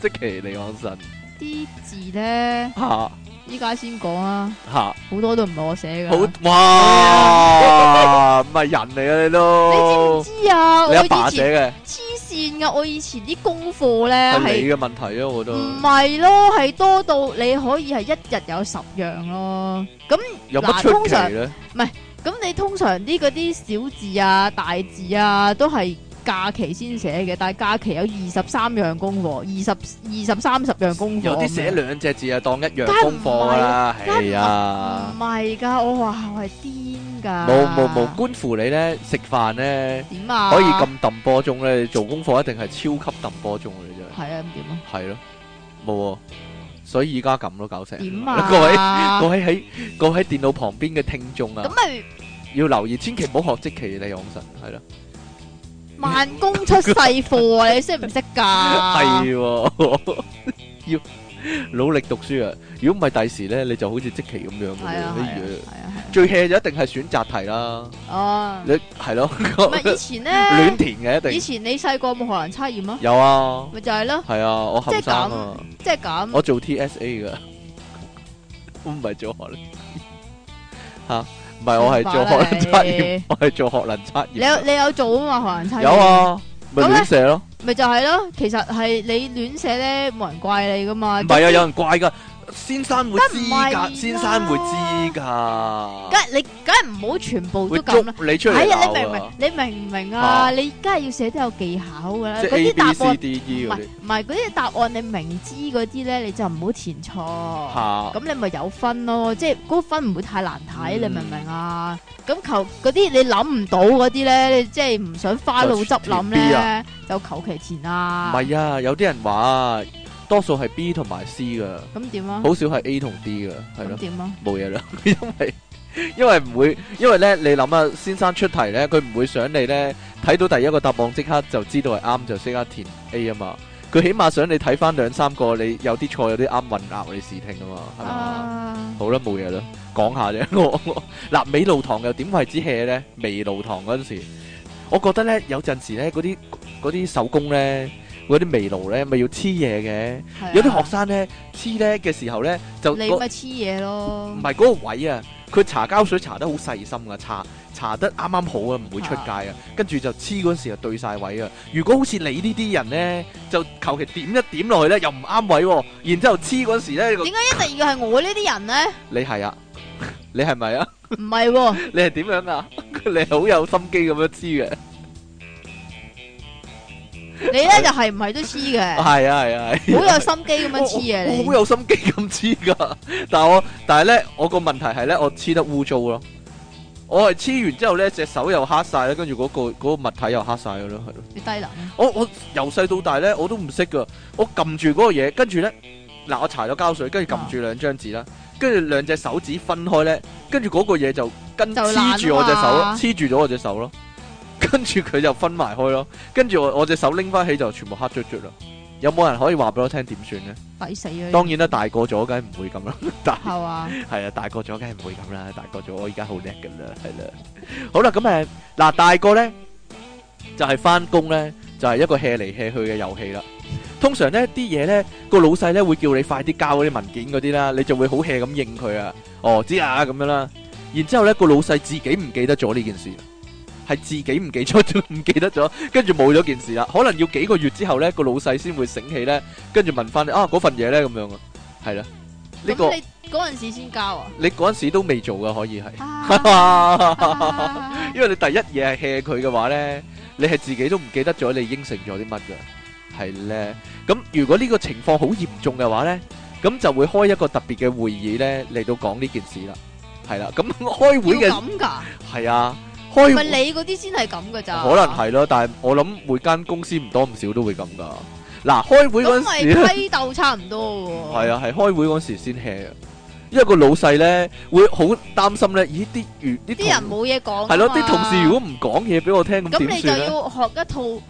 A: 即其尼昂神
B: 啲字咧，
A: 嚇
B: 依家先講啊，
A: 嚇
B: 好多都唔係我寫㗎。
A: 好
B: 你
A: 哇，唔係人嚟嘅你
B: 知唔
A: 都，
B: 知啊？
A: 你
B: 我
A: 阿爸
B: 以前
A: 寫嘅
B: 黐線㗎，我以前啲功課咧
A: 係
B: 係
A: 你嘅問題啊，我覺
B: 唔
A: 得
B: 係咯，係多到你可以係一日有十樣咯。咁
A: 有乜
B: 嗱
A: 出
B: 通
A: 奇
B: 常
A: 咧？
B: 咁你通常啲嗰啲小字啊、大字啊，都係假期先寫嘅，但係假期有二十三樣功課，二十二十三十樣功課咁樣。
A: 有啲寫兩隻字啊，當一樣
B: 梗係
A: 功課㗎啦，
B: 唔係啦
A: 係啊。
B: 唔係㗎，我話我係癲㗎。
A: 冇冇冇，觀乎你咧食飯咧
B: 點啊？
A: 可以咁揼波鐘咧，你做功課一定係超級揼波鐘嘅，你真
B: 係啊？咁點啊？
A: 係係咯，冇喎。所以而家咁咯，搞成
B: 點啊？
A: 各位各
B: 位
A: 位喺各位喺電腦旁邊嘅聽眾啊
B: 咁，咪
A: 要留意，千祈唔好學即其利養神，係咯，
B: 慢工出細貨啊！你識唔識 㗎？
A: 係喎， 要努力讀書啊！如果唔係第時咧，你就好似即其咁樣嘅
B: 係啊
A: 喎，哎呀
B: 係啊係啊
A: 最 hea 就一定係選擇題啦，
B: 係啊！
A: 你係咯，
B: 哦，唔係以前
A: 亂
B: 咧，
A: 填嘅一
B: 以
A: 定
B: 前你細個有冇荷蘭測驗啊？
A: 有啊。
B: 咪就係咯，
A: 系啊，我後
B: 即係
A: 生啊，
B: 即係咁。
A: 我做 TSA 噶，我唔係做 學能吓，唔係我係做學能測驗，我係做學能測
B: 你有
A: 驗。
B: 你有做啊嘛？荷蘭測驗
A: 有，啊，咪
B: 咁咧
A: 亂射咯，
B: 咪就係咯。其實係你亂寫咧，冇人怪你噶嘛。
A: 唔係啊，有人怪噶，先生會知
B: 梗唔係啦
A: 噶，先生會知噶
B: 梗，係你梗係唔好全部都
A: 會
B: 咁
A: 捉
B: 啦。
A: 你出嚟
B: 係啊，你
A: 鬧
B: 明唔
A: 㗎
B: 明？你明唔明
A: 啊
B: 啊？你梗係要寫得有技巧噶啦。
A: 即
B: 嗰
A: 係 A
B: 啲
A: B
B: 答
A: C
B: 案
A: D
B: 唔
A: E 嗰
B: 係
A: 啲
B: 唔係嗰啲答案，你明知嗰啲咧，你就唔好填錯。
A: 吓，
B: 咁你咪有分咯，即係嗰個分唔會太難睇，
A: 嗯
B: 你明唔明啊？咁求嗰啲你諗唔到嗰啲咧，你即係唔想花腦汁諗
A: 就填 B
B: 咧
A: 啊，
B: 就求其填
A: 唔
B: 啊。
A: 係啊，有啲人話多數係 B 同埋 C 噶，
B: 咁點啊？
A: 好少係 A 同 D 噶，係
B: 咁
A: 咯。
B: 點啊？
A: 冇嘢啦， 因為因為唔會，因為咧你諗下，先生出題咧，佢唔會想你咧睇到第一個答案即刻就知道係啱就即刻填 A 啊嘛。佢起碼想你睇翻兩三個，你有啲錯有啲啱混淆你試聽啊嘛，係嘛？
B: 啊，
A: 好啦，冇嘢啦，講下啫。 我我嗱美露堂又點為之 hea 咧？美露堂嗰陣時，我覺得咧有陣時咧嗰啲嗰啲手工咧，嗰啲微露咧咪要黐嘢嘅。
B: 係啊
A: 有啲學生咧黐咧嘅時候咧就
B: 你
A: 個
B: 咪黐嘢咯
A: 唔，係嗰個位啊，佢搽膠水搽得好細心噶，搽搽得啱啱好啊，唔會出界啊。跟住就黐嗰時就對晒位啊。如果好似你呢啲人咧，就求其點一點落去咧，又唔啱位喎。然之後黐嗰時咧，個
B: 點解一定要係我呢啲人咧？
A: 你係啊， 你係咪啊？
B: 唔係喎，
A: 你係點樣啊？ 你係好有心機咁樣黐嘅，
B: 你咧就係唔係都黐嘅，
A: 係啊係啊係啊。
B: 好有心機咁樣黐
A: 我
B: 嘅
A: 我
B: 你
A: 我好。有心機咁黐噶， 但係我但係咧，我個問題係咧，我黐得污糟咯。我係黐完之後咧，隻手又黑晒咧，跟住嗰個嗰個物體又黑晒噶咯，係咯。
B: 你低能，
A: 我我由細到大咧，我都唔識噶。我撳住嗰個嘢，跟住咧，嗱我搽咗膠水，跟
B: 啊
A: 住撳住兩張紙啦，跟住兩隻手指分開咧，跟住嗰個嘢就跟
B: 就爛啊
A: 黐住我隻手咯
B: 嘛，
A: 黐住咗我隻手咯，跟住佢就分埋開咯，跟住我我隻手拎翻起就全部黑卒卒啦。有冇人可以話俾我聽點算咧？
B: 抵死啊！
A: 當然啦，大個咗梗係唔會咁啦， 但係
B: 係嘛，
A: 係啊，大個咗梗係唔會咁啦，大個咗我而家好叻噶啦，係啦。好啦，咁誒嗱，大個咧就係翻工咧，就係、一個 hea 嚟 hea 去嘅遊戲啦。通常咧啲嘢咧個老細咧會叫你快啲交嗰啲文件嗰啲啦，你就會好 hea 咁應佢啊，哦知啊咁樣啦。然之後咧個老細自己唔記得咗呢件事，係自己唔記咗唔記得咗，跟住冇咗件事啦。可能要幾個月之後咧個老細先會醒起咧，跟住問翻你啊嗰份嘢咧咁樣啊，係啦，呢、個。
B: 咁你嗰陣時先交啊？
A: 你嗰陣時都未做噶，可以係，
B: 啊
A: 因為你第一嘢係 hea 佢嘅話咧，你係自己都唔記得咗你應承咗啲乜噶，係咧。咁如果呢個情況好嚴重嘅話咧，咁就會開一個特別嘅會議咧嚟到講呢件事啦，係啦。咁開會
B: 要
A: 嘅
B: 咁噶？
A: 係啊，開
B: 咪
A: 會
B: 你嗰啲先係咁噶咋？
A: 可能係咯，但係我諗每間公司唔多唔少都會咁噶。嗱，開會嗰
B: 咁
A: 陣
B: 咪
A: 時咧。
B: 批鬥差唔多喎。
A: 係啊，係開會嗰時先 hea 啊，因為個老細咧會好擔心咧，咦啲如啲
B: 啲人
A: 同
B: 冇嘢講㗎嘛。
A: 係咯，啲同事如果唔講嘢俾我聽，咁
B: 哦咁
A: 點
B: 你就
A: 算 咧
B: 要呃學一套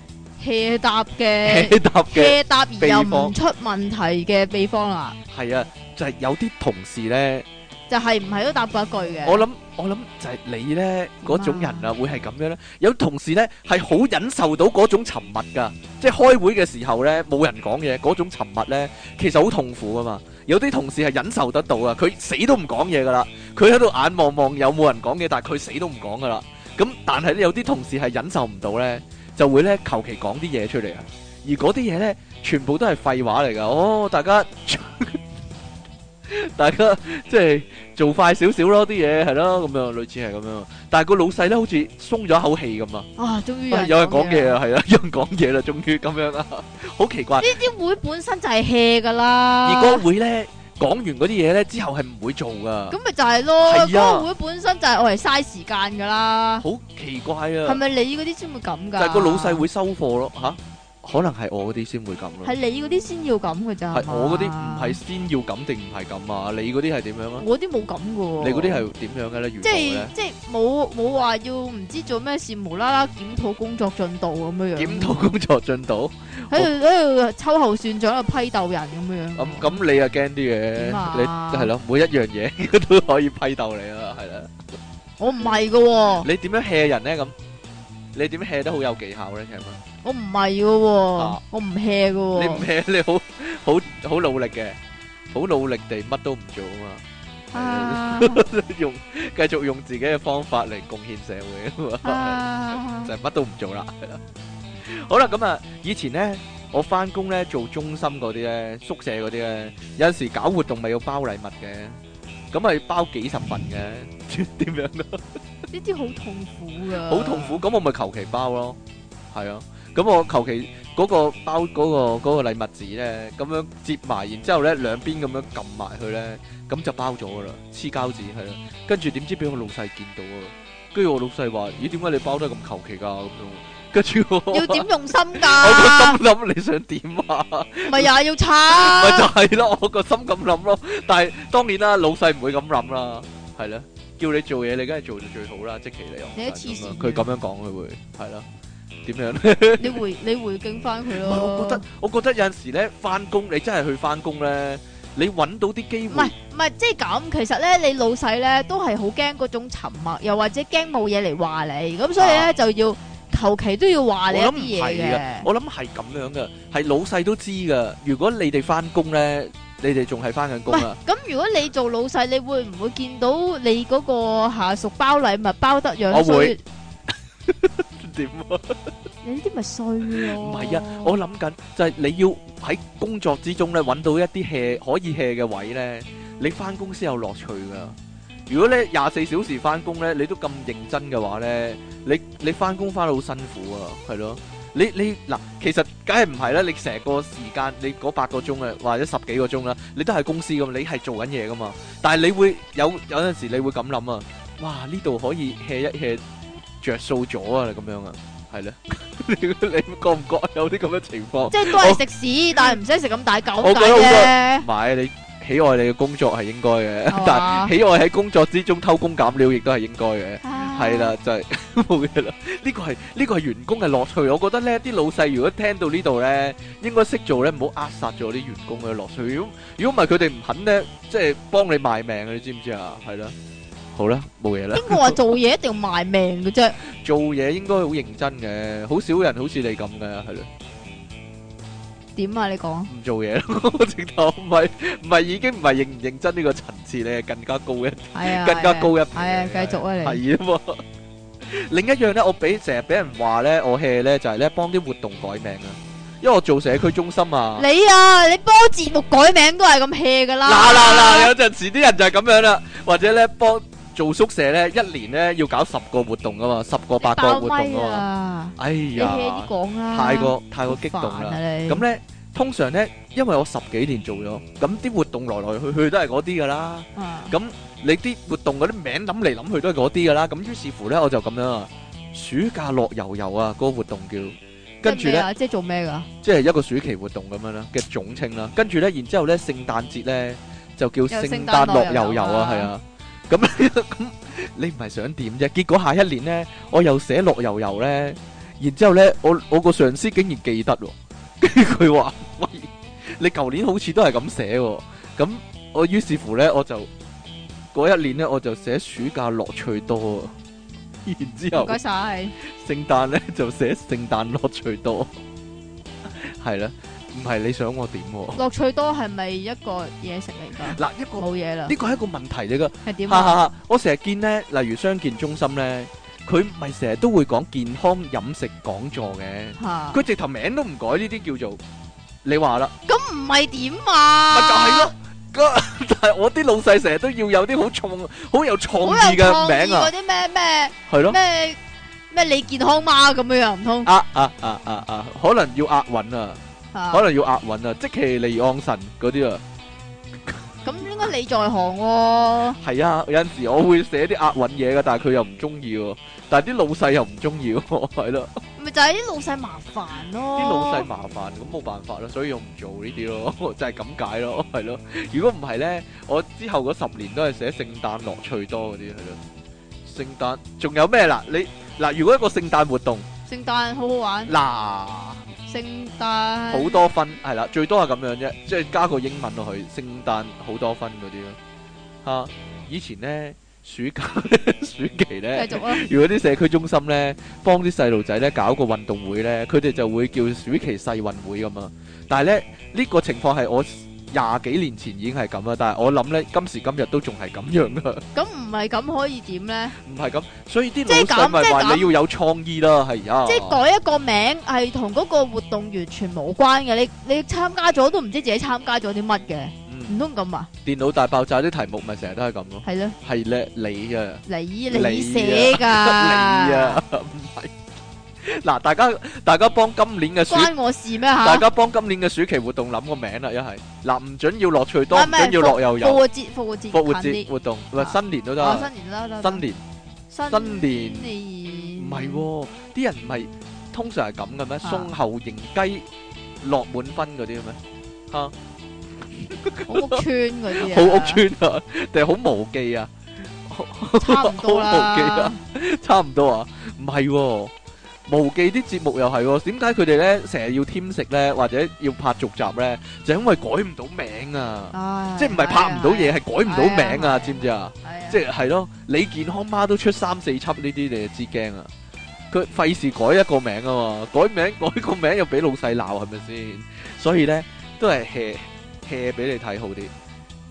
B: hea 答 嘅
A: hea 答嘅
B: hea 答而又
A: 秘方
B: 唔出問題嘅秘方啦，
A: 係啊，就係有啲同事咧，
B: 就係唔係都答過一句嘅。
A: 我諗我諗就係你咧 嗰種人啊，會係咁樣咧。有同事咧係好忍受到嗰種沉默噶，即係開會嘅時候咧冇人講嘢嗰種沉默咧，其實好痛苦噶嘛。有啲同事係忍受得到啊，佢死都唔講嘢噶啦，佢喺度眼望望有冇人講嘢，但係佢死都唔講噶啦。咁但係咧有啲同事係忍受唔到咧，就會咧求其講啲嘢出嚟啊，而嗰啲嘢咧全部都係廢話嚟噶。哦，大家大家即係做快少少咯，啲嘢係咯，咁樣類似係咁樣。但係個老細咧好似鬆咗一口氣咁啊，
B: 啊，終於
A: 啊有人講嘢啊， 係啦，有人講嘢啦，終於咁樣啦， 好奇怪。
B: 啲會本身就係 hea 噶啦，
A: 而個會咧講完嗰啲嘢咧之後係唔會做噶，
B: 咁咪就係咯，
A: 係啊
B: 嗰個會本身就係我嚟嘥時間噶啦，
A: 好奇怪
B: 係
A: 啊！
B: 咪你嗰啲先會咁
A: 就
B: 噶？
A: 係個老細會收貨咯吓，可能係我嗰啲先會咁咯
B: 係，你嗰啲先要咁噶咋？
A: 係
B: 嘛
A: 我嗰啲唔係，先要咁定唔係咁啊？你嗰啲係點樣啊？
B: 我啲冇咁噶喎。
A: 你嗰啲係點樣嘅咧？如
B: 即
A: 何
B: 係
A: 咧？
B: 即係冇冇話要唔知做咩事，無啦啦檢討工作進度咁樣樣，
A: 檢討工作進度，
B: 喺度喺度秋後算賬，喺度批鬥人咁樣
A: 咁
B: 樣。
A: 咁你又驚啲
B: 點
A: 嘅，
B: 啊
A: 你係咯，每一樣嘢 都可以批鬥你啦，係啦。
B: 我唔係噶喎，
A: 你點樣 hea 人咧？咁你點 hea 得好有技巧咧？請問
B: 我唔係噶喎
A: 啊，
B: 我唔 hea 噶
A: 你唔
B: 喎。
A: hea，你好好好努力嘅，好努力地乜都唔做啊嘛。
B: 啊
A: 用繼續用自己嘅方法嚟貢獻社會啊嘛，
B: 啊
A: 就係乜都唔做啦。係啦好啦， 咁啊，以前咧我翻工咧做中心嗰啲咧，宿舍嗰啲咧，有陣時搞活動咪要包禮物嘅，咁咪包幾十份嘅， 點樣啊？
B: 呢啲好痛苦噶，
A: 好痛苦，。咁我咪求其包咯，係啊，咁我求其嗰個包嗰、個嗰、個禮物紙咧，咁樣折埋，然之後咧兩邊咁樣撳埋佢咧，咁就包咗噶啦，黐膠紙係啦，跟住點知俾我老細見到啊，跟住我老細話：咦，點解你包得咁求其㗎？咁樣，跟住我
B: 要點用心
A: 我個
B: 㗎？
A: 心 諗你想點啊？
B: 咪又係要
A: 咪就
B: 拆？
A: 係咯，我個心咁諗咯。但係當然啦，老細唔會咁諗啦，係啦，叫你做嘢，你梗係做到最好啦，即其你
B: 你都黐線
A: 佢咁樣講，佢會係啦，點樣？
B: 你回你回敬翻佢
A: 唔係，
B: 咯。
A: 我覺得我覺得有陣時咧，翻工你真係去翻工咧，你揾到啲機
B: 唔
A: 會
B: 係，唔係，即係咁。其實咧，你老細咧都係好驚嗰種沉默，又或者驚冇嘢嚟話你，咁所以
A: 啊
B: 咧就要求其都要話你一
A: 我諗唔
B: 啲嘢
A: 係
B: 嘅
A: 嘅，。我諗係咁樣嘅，係老細都知嘅。如果你哋翻工咧，你哋仲係翻緊工
B: 喂
A: 啊，，
B: 咁如果你做老細，你會唔會見到你嗰個下屬包禮物包得樣
A: 我
B: 衰
A: 會？ 點啊？
B: 你呢啲咪衰咯？
A: 唔係啊，我諗緊就係你要喺工作之中咧揾到一啲 hea 可以 hea 嘅位咧，你翻工先有樂趣噶。如果咧廿四小時翻工咧，你都咁認真嘅話咧，你你翻工翻到好辛苦啊，係咯。你你嗱，其實梗係唔係啦？你成個時間，你嗰八個鐘啊，或者十幾個鐘啦，你都係公司咁，你係做緊嘢噶嘛。但係你會有有陣時，你會咁諗啊，哇！呢度可以 hea 一 hea，着數咗啊，咁樣啊，係咧。 你你覺唔覺有啲咁嘅情況？
B: 即係都係食屎，但係唔使食咁大嚿
A: 我覺
B: 咁
A: 得好
B: 大
A: 唔係，你喜愛你嘅工作係應該嘅，
B: 係
A: 但
B: 嘛
A: 喜愛喺工作之中偷工減料亦都係應該嘅。
B: 啫。啊
A: 係啦，，就係 冇嘢啦。呢個係呢個係員工嘅樂趣。我覺得呢啲老細如果聽到呢度呢，應該識做呢，唔好扼殺咗啲員工嘅樂趣。如果如果唔係，佢哋唔肯呢，即係幫你賣命嘅，你知唔知啊？係啦，好啦，冇嘢啦。
B: 邊個話做嘢一定要賣命嘅啫？
A: 做嘢應該好認真嘅，好少人好似你咁嘅，係咯，
B: 點啊？你講
A: 唔做嘢咯。 我直頭唔係唔係已經唔係認唔認真呢個層次，你係更加高一
B: 係啊，
A: 更加高一
B: 係啊，繼續啊你。
A: 系啊嘛。另一樣咧，我俾成日俾人話咧，我 hea 咧就係咧幫啲活動改名啊，因為我做社區中心啊。
B: 你啊，你幫節目改名都係咁 hea 噶啦。
A: 嗱嗱嗱，有陣時啲人就係咁樣啦，或者咧幫做宿舍咧，一年咧要搞十個活動噶嘛，十個八個活動
B: à.
A: 噶嘛。
B: 啊！
A: 哎
B: 你
A: 呀
B: hea 啲，講啦，
A: 太過太過激動
B: 好煩
A: 啦。
B: 啊你
A: 咁咧，通常咧，因為我十幾年做咗，咁啲活動來來去去都係嗰啲噶啦。
B: 啊
A: 咁你啲活動嗰啲名諗嚟諗去都係嗰啲噶啦，咁於是乎咧我就咁樣啊，暑假樂遊遊啊，嗰、個活動叫，跟住
B: 即係咩
A: 咧
B: 啊即係做咩噶？
A: 即係一個暑期活動咁樣啦嘅總稱啦，跟住咧然之後咧聖誕節咧就叫
B: 聖
A: 聖誕
B: 誕
A: 樂
B: 樂
A: 遊
B: 遊
A: 遊
B: 遊
A: 啊
B: 啊，
A: 係啊，咁咁你唔係想點啫？結果下一年咧我又寫樂遊遊咧，然之後咧我我個上司竟然記 得喎，跟住佢話喂你舊年好似都係咁寫喎， 咁我於是乎咧我就嗰一年咧我就寫暑假樂趣多啊，然之後
B: 唔。該晒，
A: 聖誕咧 就寫聖誕樂趣多， 係啦，唔係你想我點喎？
B: 樂趣多係咪一個嘢食嚟㗎？
A: 嗱，一個
B: 冇嘢啦，
A: 呢個係一個問題嚟噶，
B: 係點
A: 哈
B: 啊？
A: 哈哈！我成日見咧，例如相健中心咧，佢咪成日都會講健康飲食講座嘅，
B: 嚇
A: 佢直頭名都唔改，呢啲叫做你話啦，
B: 咁唔係點啊？
A: 咪就係咯。嗰 但係我啲老細成日都要有啲好創、好有創
B: 好
A: 意
B: 有
A: 嘅
B: 創意
A: 名啊
B: 嗰，啲咩咩
A: 係咯。
B: 咩咩你健康媽咁樣樣唔通？
A: 啊啊啊啊啊！可能要押韻啊，
B: 嚇
A: 可能要押韻啊，即其離岸神嗰啲啊。
B: 咁應該你在行喎。
A: 係啊，有陣時我會寫啲押韻嘢噶，但係佢又唔中意喎，但係啲老細又唔中意喎， 係咯，
B: 咪就係啲老細麻煩咯，
A: 啲老細麻煩，咁冇辦法啦，所以我唔做呢啲咯， 就係咁解咯，係咯。如果唔係咧，我之後嗰十年都係寫聖誕樂趣多嗰啲，係咯。聖誕仲有咩嗱？你嗱，如果一個聖誕活動
B: 聖誕好好玩，
A: 嗱，
B: 聖誕
A: 好多分係啦，最多係咁樣啫，即係加個英文落去，聖誕好多分嗰啲咯。嚇，以前咧暑假 暑期咧。
B: 繼續啊，
A: 如果啲社區中心咧幫啲細路仔咧搞個運動會咧，佢哋就會叫暑期世運會咁啊。但係咧呢、個情況係我廿幾年前已經係咁啊，但係我諗咧今時今日都仲係咁樣噶，
B: 咁唔係咁可以點咧？
A: 唔係咁。所以啲
B: 即
A: 老
B: 係咁
A: 細咪
B: 即係
A: 話
B: 咁
A: 你要有創意啦，係啊。
B: 即係改一個名係同嗰個活動完全無關嘅，你你參加咗都唔知自己參加咗啲乜嘅，
A: 嗯，
B: 唔通咁啊？
A: 電腦大爆炸啲題目咪成日都係咁咯，
B: 係咯，
A: 係咧你啊。
B: 你
A: 你啊
B: 你 寫㗎，
A: 你啊，唔係嗱，大家大家幫今年嘅暑
B: 關我事咩
A: 大
B: 嚇？
A: 家幫今年嘅暑期活動諗個名啦，一係嗱唔准要樂趣多，
B: 唔係
A: 唔
B: 唔係
A: 准要樂又
B: 復
A: 遊，
B: 活節復活節
A: 復活
B: 近
A: 節
B: 啲，
A: 活動，喂
B: 啊
A: 新年都
B: 哦
A: 得，
B: 新年啦得，得
A: 新年新年唔係喎，
B: 新年
A: 啲人唔係通常係咁嘅咩？送後迎雞落滿分嗰啲咩？
B: 好屋村嗰啲 啊，
A: 好屋村啊，定係好無記啊？
B: 差唔多
A: 好無忌啊
B: 啦。
A: 差唔多啊？唔係喎，無記啲節目又係喎，點解佢哋咧成日要添食咧，或者要拍續集咧，就因為改唔到名啊，
B: 唉
A: 即係唔係拍唔到嘢，係改唔到名
B: 係啊係
A: 啊，
B: 啊
A: 知唔知啊？
B: 係啊
A: 即係係咯，李健康媽都出三四輯呢啲，你就知驚啊！佢費事 改一個名啊嘛，改名改個名又俾老細鬧，係咪先？所以咧都係 hea hea 俾你睇好啲。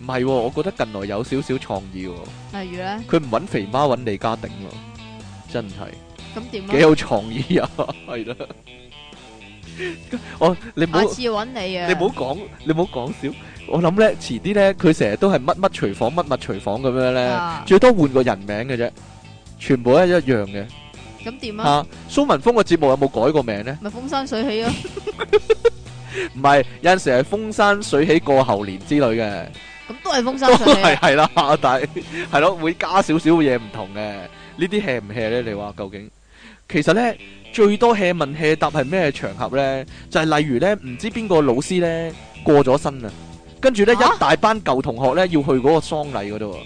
A: 唔係喎，我覺得近來有少少創意喎，
B: 例如咧，
A: 佢唔揾肥媽揾李家鼎喎，真係。
B: 咁點
A: 幾
B: 啊？
A: 有創意啊， 係啦。我你唔好
B: 下次揾你啊！
A: 你唔好講你唔好講少。我諗咧，遲啲咧，佢成日都係乜乜廚房乜乜廚房咁樣咧，
B: 啊
A: 最多換個人名嘅啫，全部都係一樣嘅。
B: 咁點啊？
A: 嚇，蘇文峰個節目有冇改過名咧？
B: 咪風生水起咯，
A: 唔係，有陣時係風山水起過後年之類嘅。
B: 咁都係風
A: 都
B: 生水 起
A: 係
B: 啊。
A: 係啦，但係係咯，會加少少嘢唔同嘅。呢啲 hea 唔 hea 咧？你話究竟？其實咧，最多 hea 問 hea 答係咩場合咧？就係、例如咧，唔知邊個老師咧過咗身啊，跟住咧、
B: 啊
A: 一大班舊同學咧要去嗰個喪禮嗰度啊。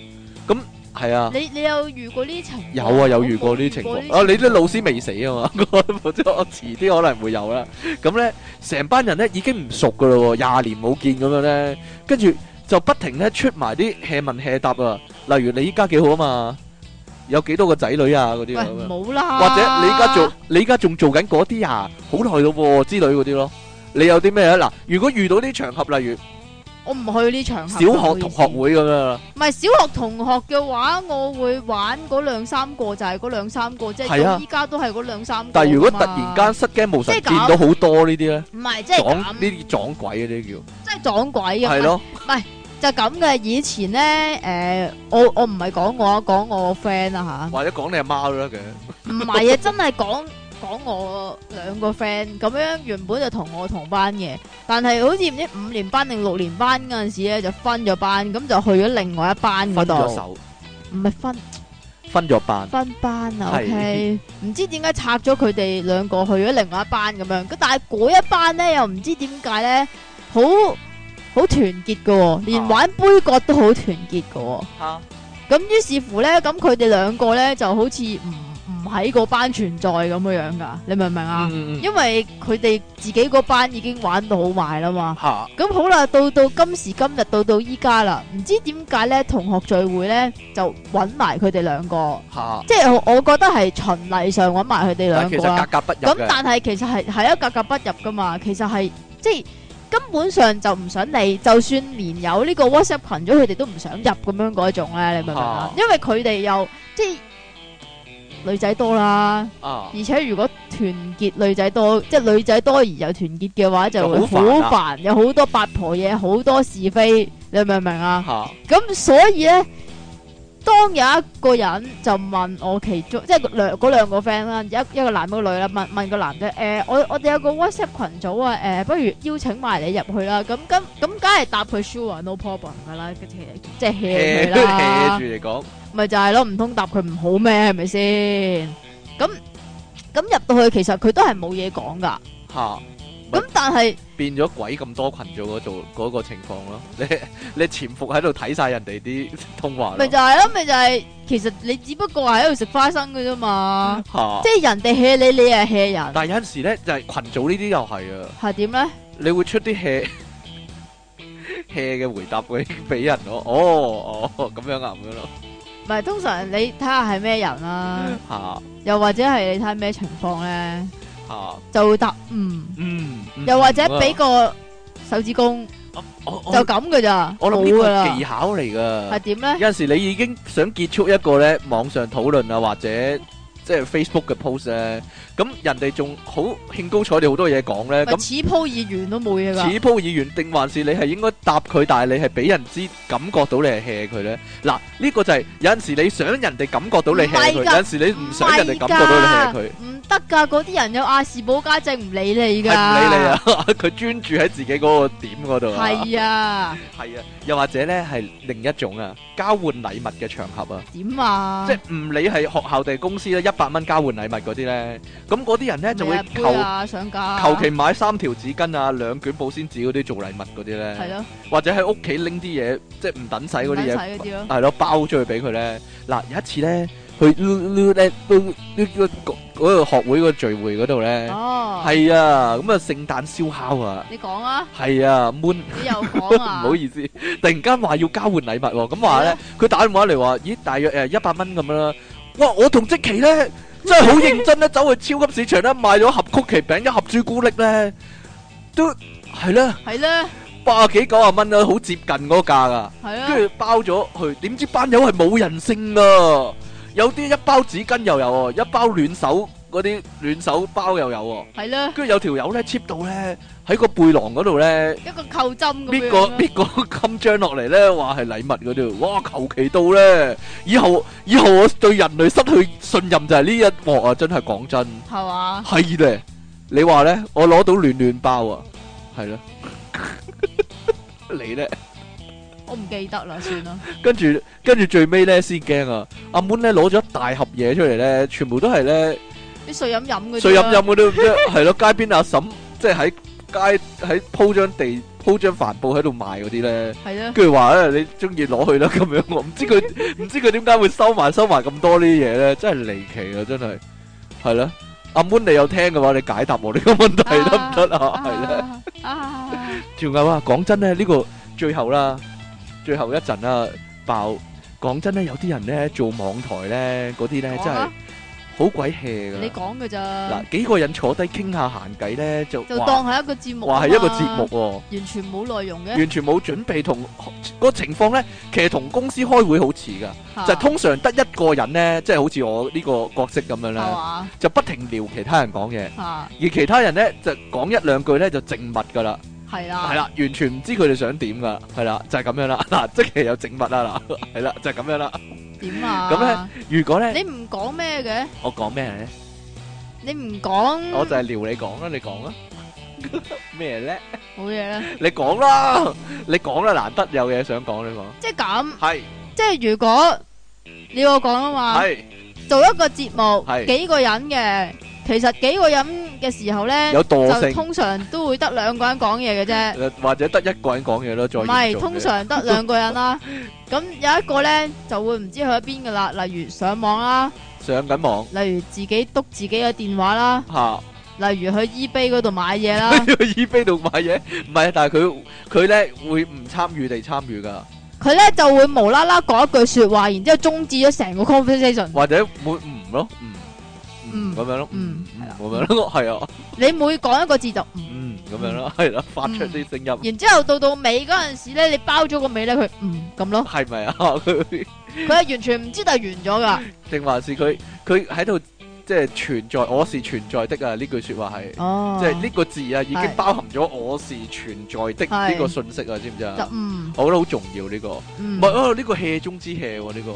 A: 咁係啊。
B: 你你有遇過呢啲情況？
A: 有啊，有遇過呢啲情況
B: 我冇遇
A: 啊！
B: 過呢
A: 你
B: 啲
A: 啲老師未死啊嘛， 我即我遲啲可能會有啦。咁咧，成班人咧已經唔熟噶咯喎，廿年冇見咁樣咧，跟住就不停咧出埋啲 hea 問 hea 答啊。例如你依家幾好啊嘛，有幾多個仔女啊嗰啲啊咁
B: 喂，
A: 樣，
B: 冇啦。
A: 或者你依家做你依家仲做緊嗰啲啊，好耐咯喎之類嗰啲咯。你有啲咩啊？嗱，如果遇到啲場合，例如
B: 我唔去呢場合。
A: 小學同學
B: 唔好意思
A: 會咁樣啦，
B: 唔係小學同學嘅話，我會玩嗰兩三個就係嗰兩三個啫。
A: 係啊
B: 到依家都係嗰兩三個。
A: 但係如果突然間，失驚無神，
B: 即係
A: 見
B: 咁
A: 到好多呢啲咧，
B: 唔係即係
A: 撞呢
B: 咁，
A: 啲撞鬼啊呢啲
B: 即係撞鬼
A: 叫
B: 嘅。
A: 係咯。
B: 就咁嘅。以前咧，诶，我我唔係講我，講我 friend 啊
A: 或者講你阿媽都得嘅，
B: 吓，唔係啊，真係講講我兩個 friend 咁樣，原本就同我同班嘅，但係好似唔知五年班定六年班嗰陣時咧就分咗班，咁就去咗另外一班嗰
A: 分咗
B: 度，
A: 手，
B: 唔係分。
A: 分咗班，
B: 分班啊
A: 係
B: ，OK，唔知點解拆咗佢哋兩個去咗另外一班咁樣，咁但係嗰一班咧又唔知點解咧，好好團結嘅、喎，連
A: 啊
B: 玩杯葛都好團結嘅、喎。
A: 嚇
B: 咁於是乎咧，咁佢哋兩個咧就好似唔唔喺嗰班存在咁樣樣噶，你明唔明啊？
A: 嗯嗯
B: 因為佢哋自己嗰班已經玩到好埋啦嘛。
A: 嚇
B: 咁好啦，到到今時今日，到到依家啦，唔知點解咧，同學聚會咧就揾埋佢哋兩個。
A: 嚇，
B: 即係我我覺得係循例上揾埋佢哋
A: 但係
B: 兩
A: 其
B: 個
A: 實
B: 啦。
A: 格格不入
B: 咁
A: 嘅，
B: 但係其實係係一格格不入噶嘛，其實係即係根本上就唔想理，就算連有呢個 WhatsApp 群組，佢哋都唔想入咁樣嗰一種咧，你明唔明啊
A: 啊？
B: 因為佢哋又即係女仔多啦，
A: 啊
B: 而且如果團結女仔多，即係女仔多而又團結嘅話，就會
A: 就好煩啊啦
B: 好煩，有好多八婆嘢，好多是非，你明唔明啊？
A: 嚇
B: 咁所以咧，當有一個人就問我其中，即係兩嗰兩個 friend 啦，一一個男一個女啦，問問個男仔，誒、我我哋有個 WhatsApp 群組啊，誒、不如邀請埋你入去啦。咁咁咁，梗係答佢 sure no problem 噶啦，即係即係 hea 佢
A: hea hea，
B: 啦
A: 住嚟講，
B: 咪就係咯，唔通答佢唔好咩？係咪先？咁咁入到去，其實佢都係冇嘢講噶。
A: 嚇喂
B: 咁但係
A: 變咗鬼咁多群組嗰度嗰個情況咯， 你你潛伏喺度睇晒人哋啲 通話
B: 咪
A: 咯
B: 就係咯，咪就係、其實你只不過係喺度食花生嘅啫嘛。
A: 嚇
B: 即，系人哋 hea 你，你又 hea 人，
A: 哦但係有陣時咧就係群組呢啲又係啊，
B: 系點咧？
A: 你會出啲 hea。hea 嘅回答會 俾人咯，哦哦咁樣啊咁樣咯
B: 唔係通常你睇下係咩人啦，
A: 嚇
B: 又或者係你睇下咩情況咧，
A: 嚇
B: 就會答嗯，
A: 嗯，嗯哦
B: 又或者
A: 咁啊
B: 俾個手指公
A: 我我
B: 就咁噶咋，
A: 我
B: 冇
A: 諗呢個啊
B: 噶
A: 係
B: 啦
A: 技，巧嚟㗎。
B: 係點咧？
A: 有陣時你已經想結束一個咧網上討論啊，或者即係 Facebook 嘅 post 咧，咁人哋仲好興高采烈好多嘢講咧，
B: 咪
A: 咁
B: 此鋪議員都冇嘢
A: 此
B: 噶，
A: 鋪議員定還是你係應該答佢，但係你係俾人知感覺到你係 hea 佢咧？嗱，呢個就係有陣時你想人哋感覺到你 hea 佢，
B: 唔係㗎
A: 有陣時你唔想人哋感覺到你 hea 佢
B: 係㗎，唔得噶，嗰啲人有亞氏保加症唔理你噶，
A: 係唔理你啊！ 佢專注喺自己嗰個點嗰度啊，
B: 係啊，
A: 係啊，又或者咧係另一種啊，交換禮物嘅場合啊。
B: 點啊？
A: 即系唔理係學校定係公司咧，一百蚊交換禮物嗰啲咧，咁嗰啲人咧就會
B: 咩杯
A: 求
B: 啊，上架，
A: 求其買三條紙巾啊、兩卷保鮮紙嗰啲做禮物嗰啲
B: 係
A: 咧，
B: 咯，
A: 或者喺屋企拎啲嘢，即係唔等使嗰啲
B: 唔使
A: 嘢，
B: 嗰啲咯，
A: 係咯包咗佢俾佢咧。嗱有一次咧，去 Lu- Lu- Le- Lu- Lu- 嗰個嗰個學會個聚會嗰度咧，
B: 哦，
A: 係啊，咁啊聖誕燒烤啊，
B: 你講啊，
A: 係啊，moon
B: 你又 講
A: 唔
B: 啊，
A: 好意思，突然間話要交換禮物喎，咁話咧，佢打電話嚟話，咦，大約誒一百蚊咁樣啦。哇！我同即奇咧真係好認真咧，走去超級市場咧買咗盒曲奇餅、一盒朱古力咧，都係啦，
B: 係咧，
A: 八幾九啊蚊啦，好接近嗰個價噶。
B: 係
A: 跟
B: 啊，
A: 住包咗去，點知班友係冇人性噶，有啲一包紙巾又有喎，一包暖手嗰啲暖手包又有喎，
B: 係咧，
A: 跟住有條友咧 cheap 到咧喺個背囊嗰度咧。
B: 一個扣針咁
A: 搣
B: 樣
A: 個
B: 啊。
A: 搣個 襟章落嚟咧，話係禮物嗰度，哇求其到咧！以後以後我對人類失去信任就係呢一幕啊！真係講真，
B: 係嘛？
A: 係咧，你話咧，我攞到暖暖包啊，係 啦，你咧，
B: 我唔記得啦，算啦。
A: 跟住跟住最尾咧先驚啊！阿 moon 咧攞咗一大盒嘢出嚟咧，全部都係咧。
B: 啲水飲飲嗰啲啊。
A: 水飲飲嗰啲係咯，街邊阿嬸即係喺街喺鋪張地鋪張帆布喺度賣嗰啲咧，
B: 係咧，
A: 跟住話咧你中意攞去啦咁樣，我唔知佢 唔知佢點解會收埋收埋咁多呢啲嘢咧，真係離奇啊！真係係啦，阿 moon 你有聽嘅話，你解答我呢個問題得唔得啊？係啦。
B: 啊啊
A: 仲有啊，講真咧，呢、個最後啦，最後一陣啦，爆。講真咧，有啲人咧做網台咧，嗰啲咧
B: 講
A: 真係
B: 啊
A: 好鬼 hea 噶。
B: 你講嘅咋
A: 嗱，？幾個人坐低傾下閒偈咧，就
B: 就
A: 話
B: 當係一個節目啊嘛。
A: 話係一個節目喎、
B: 完全冇內容嘅。
A: 完全冇準備同個情況咧，其實同公司開會好似噶，
B: 嚇
A: 就係通常得一個人咧，即係好似我呢個角色咁樣
B: 係
A: 咧，
B: 嘛？
A: 就不停撩其他人講嘢，
B: 嚇
A: 而其他人咧就講一兩句咧就靜默噶啦，
B: 係啦。
A: 係啦，完全唔知佢哋想點噶，係啦， 就係咁樣啦，嗱，即係有靜默 啦，嗱，係啦，就係咁樣啦。
B: 點啊？
A: 咁如果咧，
B: 你唔講咩嘅？
A: 我講咩咧？
B: 你唔講，
A: 我就係撩你講啦， 你講啦，咩咧？
B: 冇嘢啦。
A: 你講啦，你講啦，難得有嘢想講你講。
B: 即係咁，
A: 係
B: 即係如果你要我講啊嘛，
A: 係
B: 做一個節目
A: 係
B: 幾個人嘅，其實幾個人嘅時候咧，
A: 有惰
B: 就
A: 性，
B: 通常都會得兩個人講嘢嘅啫。
A: 誒或者得一個人講嘢咯，再
B: 唔係，
A: 嚴重
B: 通
A: 啲
B: 常得兩個 人啦。咁有一個咧就會唔知去咗邊噶啦，例如上網啦，
A: 上緊網
B: 例如自己督自己嘅電話啦，
A: 嚇，
B: 例如去 eBay 嗰度買嘢啦，
A: 去 e b 度買嘢，唔係，但係佢佢咧會唔參與地參與㗎，
B: 佢咧就會無啦啦講一句説話，然之後終止咗成個 conversation。
A: 或者會唔咯，嗯嗯
B: 嗯
A: 咁樣咯，嗯
B: 嗯
A: 嗯
B: 係啦
A: 咁樣咯，係啊，
B: 你每講一個字就嗯，
A: 嗯咁樣咯，係啦，發出啲聲音
B: 然之後到到尾嗰陣時咧，你包咗個尾咧，佢嗯咁咯，
A: 係咪啊？佢
B: 佢係完全唔知道完咗噶。
A: 定還是佢佢喺度即係存在，我是存在的啊！呢句説話係。
B: 哦，
A: 即係呢個字啊，已經
B: 係
A: 包含咗我是存在的呢個信息啊，知唔知
B: 就
A: 啊？
B: 嗯
A: 我覺得好重要呢個，唔
B: 嗯，
A: 係哦，呢個 hea 中之 hea 喎，呢個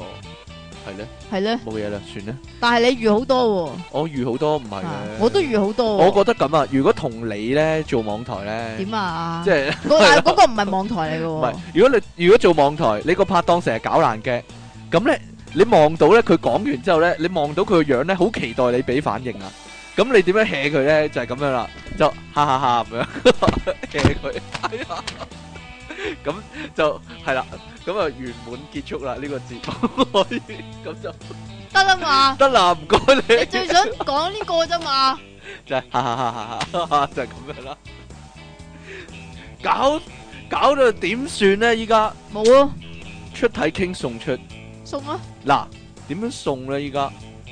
A: 係咧，
B: 係咧，
A: 冇嘢啦，算啦。
B: 但係你遇好多
A: 我遇好多唔係
B: 喎，啊
A: 嘅，
B: 我都遇好多
A: 我
B: 喎。
A: 覺得咁啊，如果同你咧做網台咧，
B: 點啊？
A: 即係
B: 嗰但係嗰個唔係網台嚟嘅
A: 唔
B: 喎
A: 係，？如果你如果做網台，你個拍檔成日搞爛嘅，咁咧你望到咧佢講完之後咧，你望到佢個樣咧，好期待你俾反應啊！咁你點樣 hea 佢咧？就係咁樣啦，就哈哈哈咁樣 hea 佢，哎呀，咁就係啦，咁啊圓滿結束啦呢個節目，可以咁就
B: 得啦嘛，
A: 得啦，唔該
B: 你
A: 你，
B: 最想講呢個啫嘛，
A: 就係哈哈哈哈哈哈，就係咁樣啦，搞搞到點算咧？依家
B: 冇咯，
A: 出體傾送出。
B: 送啊，
A: 嗱，點樣送咧？依家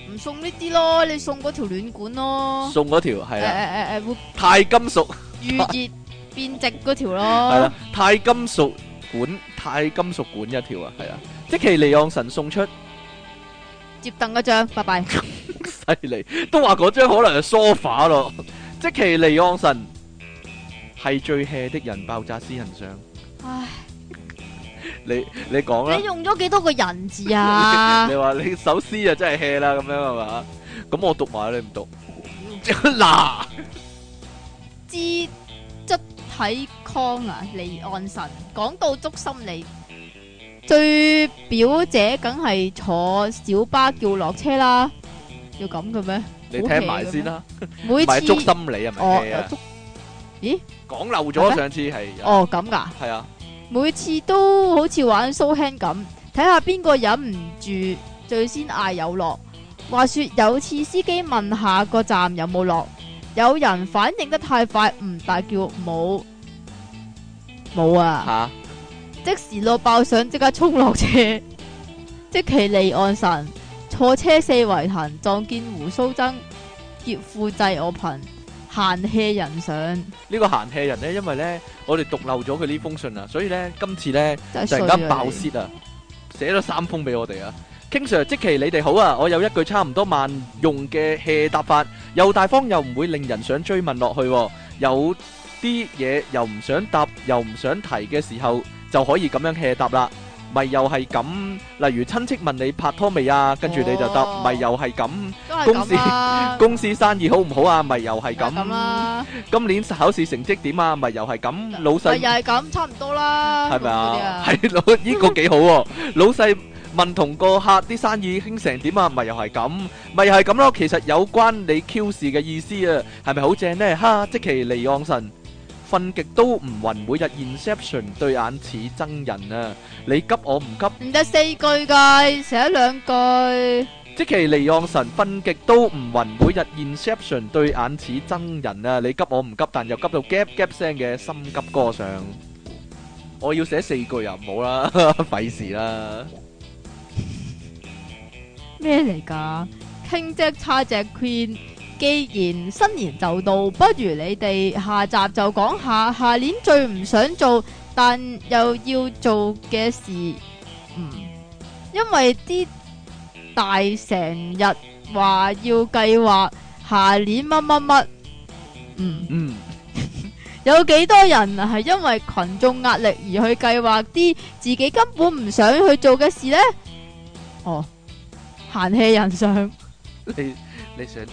B: 唔送呢啲咯，你送嗰條暖管咯，
A: 送嗰條係
B: 誒
A: 啦，
B: 誒誒誒會
A: 钛金屬
B: 預熱變直嗰條
A: 係啦
B: 咯，，
A: 钛金屬管钛金屬管一條啊，係啦，即其利昂神送出，
B: 接凳嗰張，拜拜。
A: 犀利，都話嗰張可能係 sofa 咯，即其利昂神係最 hea 的人，爆炸私人相，
B: 唉，
A: 你你講啦
B: 你，用咗幾多個人字 啊
A: 你？話你首詩啊真係 hea 啦，咁樣係嘛？咁我讀埋你唔讀， 嗱。
B: 知質體康啊，離岸神。講到捉心理，最表姐梗係坐小巴叫落車啦。要咁嘅咩？
A: 你聽埋先啦，唔
B: 每次
A: 係捉心理係咪
B: 啊哦
A: hea 啊？
B: 捉
A: 講漏
B: 係
A: 咗
B: 咩
A: 上次係，
B: 哦咁噶，
A: 係啊。
B: 每次都好似玩 show hand 咁，睇下邊個忍唔住最先嗌有落。話說有次司機問下個站有冇落，有人反應得太快，唔大叫冇冇啊！
A: 吓
B: 即時落爆相，即刻衝落車， 即其離岸神，坐車四圍行，撞見胡鬚曾，劫富濟我貧，閒氣人上，
A: 呢個閒氣人咧，因為咧我哋讀漏咗佢呢封信啊，所以咧今次咧。
B: 真
A: 突
B: 係衰
A: 然
B: 啊
A: 間爆
B: 你
A: shit 啊，寫咗三封俾我哋啊。King Sir，即期你哋好啊！我有一句差唔多萬用嘅 hea 答法，又大方又唔會令人想追問落去、喎。有啲嘢又唔想答又唔想提嘅時候，就可以咁樣 hea 答啦。咪又係咁，例如親戚問你拍拖未啊，跟住你就答
B: 哦
A: 咪又係咁。
B: 都係 咁啦，
A: 公司生意好唔好啊？咪又係
B: 都係咁
A: 咁。
B: 啦，
A: 今年考試成績點啊？咪又係咁。老
B: 咪
A: 細
B: 又係咁，差唔多啦，
A: 係咪
B: 嗰啲
A: 啊？係老呢個幾好喎，老細問同個客啲生意興成點啊？咪又係咁，咪又係咁咯。其實有關你 Q 事嘅意思啊，係咪好正呢？哈！即其離岸神。瞓極都唔暈，每日 inception 對眼似真人啊！你急我唔急，
B: 唔得四句㗎，寫兩句。
A: 即其離岸神瞓極都唔暈，每日 inception 對眼似真人啊！你急我唔急，但又急到 gap gap 聲嘅心急歌上，我要寫四句啊，唔好啦， 費事啦。
B: 咩嚟噶？傾即差只 Queen，既然新年就到，不如你哋下集就講下下年最唔想做但又要做嘅事。嗯，因為啲大成日話要計劃下年乜乜乜。嗯，
A: 嗯，
B: 有幾多人啊係因為群眾壓力而去計劃啲自己根本唔想去做嘅事呢？哦，閒氣人上。
A: 你你想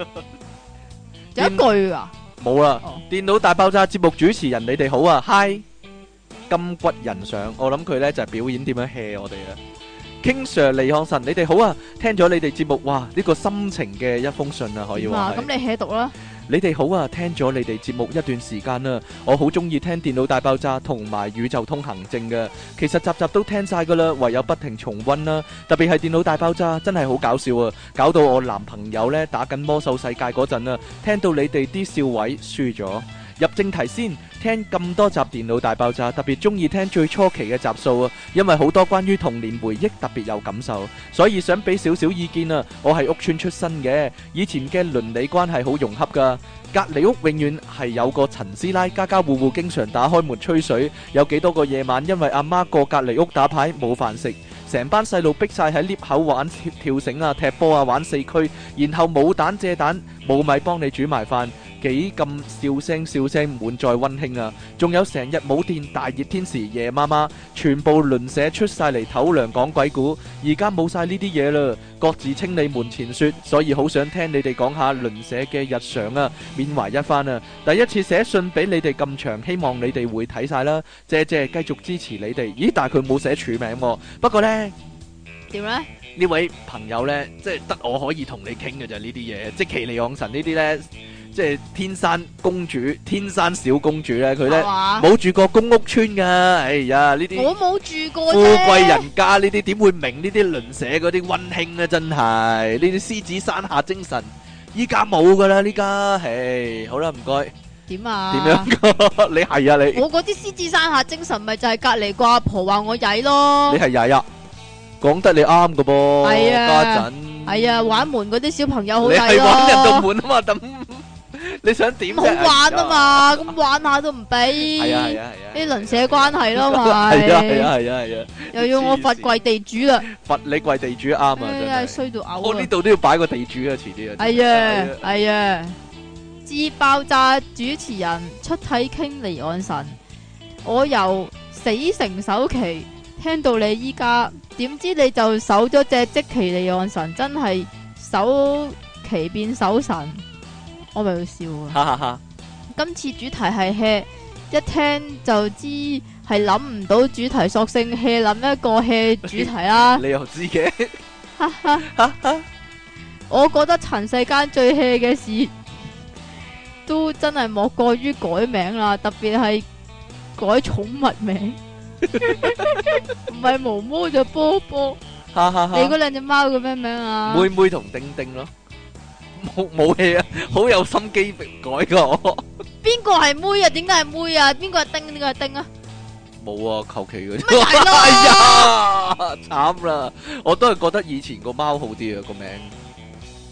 A: 点啊？
B: 有一句
A: 嗯
B: 啊，
A: 冇啦，
B: 哦
A: 電腦大爆炸節目主持人，你哋好啊，Hi，金骨人上，我諗佢呢就係表演點樣 hea 我哋啊。King Sir 李漢臣，你哋好啊！聽咗你哋節目，哇，呢、個心情嘅一封信啊，可以
B: 點
A: 話
B: 啊
A: 係。
B: 咁你 hea 讀啦，
A: 你哋好啊！聽咗你哋節目一段時間啦，我好中意聽《電腦大爆炸》同埋《宇宙通行證》嘅，其實集集都聽晒噶啦，唯有不停重温啦。特別係《電腦大爆炸》真係好搞笑啊！搞到我男朋友呢打緊魔獸世界嗰陣啊，聽到你哋啲笑位輸咗。入正題先，聽咁多集《電腦大爆炸》，特別中意聽最初期嘅集數啊，因為好多關於童年回憶特別有感受。所以想俾少少意見啊！我係屋村出身嘅，以前嘅鄰里關係好融洽噶。隔離屋永遠係有個陳師奶，家家戶戶經常打開門吹水。有幾多個夜晚因為阿媽過隔離屋打牌冇飯食，成班細路逼晒喺 lift 口玩跳跳繩啊、踢波啊、玩四驅，然後冇蛋借蛋，冇米幫你煮埋飯。幾咁笑聲笑聲滿載温馨啊！仲有成日冇電大熱天時夜媽媽，全部鄰舍出晒嚟唞涼講鬼故。而家冇晒呢啲嘢啦，各自清理門前雪，所以好想聽你哋講下鄰舍嘅日常啊，緬懷一番啊！第一次寫信俾你哋咁長，希望你哋會睇晒啦。謝謝，繼續支持你哋。咦，但係佢冇寫署名喎、不過呢，
B: 點咧？
A: 呢位朋友呢，即係得我可以同你傾嘅就呢啲嘢，即其利昂神呢啲呢，即係天山公主、天山小公主呢，佢
B: 係
A: 呢，
B: 嘛？
A: 冇住過公屋村㗎。哎呀，呢啲。
B: 我冇住過啫
A: 富貴人家呢啲點會明呢啲鄰舍嗰啲温馨呢？真係呢啲獅子山下精神，依家冇噶啦，呢家，唉，好啦，唔該，
B: 點啊？
A: 點樣？ 你係啊你，
B: 我嗰啲獅子山下精神咪就係隔離個阿婆話我曳咯
A: 你，係曳啊，講得你啱噶噃，
B: 係啊
A: 家陣，
B: 係啊，玩門嗰啲小朋友好
A: 你係
B: 曳
A: 揾人道
B: 咯，
A: 門啊嘛，咁 你想點啫
B: 好玩啊，嘛，咁玩下都唔俾，
A: 係啊係啊係啊，
B: 啲鄰舍關係咯咪，
A: 係啊係啊係啊係啊，
B: 又要哎我罰跪地主啦，
A: 罰你跪地主啱啊，真
B: 唉，
A: 係，
B: 衰到
A: 我呢
B: 嘔啊！
A: 度都要擺個地主啊，遲啲啊，
B: 係
A: 係
B: 啊係啊，自爆炸主持人出體傾離岸神。我由死成首期聽到你依家，點知你就守咗只即其離岸神，真係首期變守神，我咪要笑啊！
A: 哈哈哈。
B: 今次主題係 hea，一聽就知係諗唔到主題，索性 hea 諗一個 hea 主題啦。
A: 你又知嘅？
B: 我覺得塵世間最 hea 嘅事， 都真係莫過於改名啦，特別係改寵物名，唔係毛毛就波波，
A: 哈哈
B: 你
A: 哈。
B: 嗰兩隻貓叫咩名啊？
A: 妹妹同丁丁咯，冇冇嘢啊，好有心機改噶我，
B: 邊個係妹啊？點解係妹啊？邊個係丁？點解係丁啊？
A: 冇啊，求其嗰
B: 咪係咯
A: 啲， 哎呀，慘啦，我都係覺得以前個貓好啲啊個名，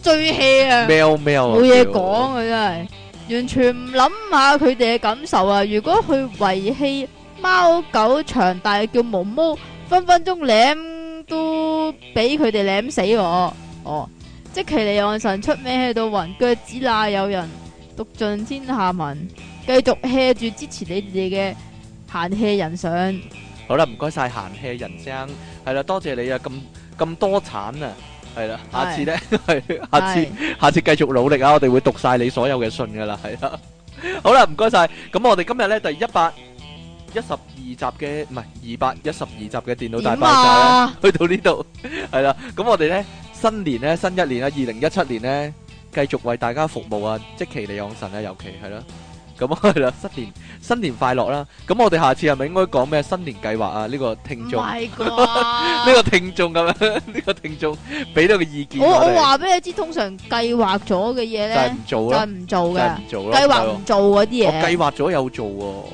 B: 最 hea 啊！
A: 喵喵啊，
B: 冇嘢
A: 叫
B: 講啊，真係完全唔諗下佢哋嘅感受啊！如果去遺棄貓狗長大叫毛毛，分分鐘舐都俾佢哋舐死我。哦，即其離岸神出名喺度暈，腳趾罅有人讀盡天下文，繼續 hea 住支持你哋嘅閒 hea 人上。
A: 好啦，唔該晒閒氣人生，係啦，多謝你啊，咁咁多產啊，係啦，下次咧， 係下次
B: 係。
A: 下次繼續努力啊！我哋會讀晒你所有嘅信噶啦， 係啦。好啦，唔該晒。咁我哋今日咧第一百一十二集嘅唔係二百一十二集嘅電腦大
B: 點
A: 爆炸
B: 啊？
A: 咧，去到呢度係啦。咁我哋咧新年咧新一年啦，二零一七年咧繼續為大家服務啊！即其利昂神啊，尤其係啦。咁係啦，新年新年快樂啦！咁我哋下次係咪應該講咩新年計劃啊？呢個
B: 唔
A: 聽眾， 呢
B: 係啩？
A: 個聽眾咁樣，呢個聽眾俾到個意見
B: 我
A: 我
B: 我
A: 哋，
B: 話俾你知，通常計劃咗嘅嘢
A: 就係
B: 咧
A: 唔
B: 就
A: 做啦
B: 係。唔做
A: 就
B: 嘅。
A: 係唔做咯，
B: 計劃唔做嗰啲嘢，
A: 係咯。我計劃咗有做喎，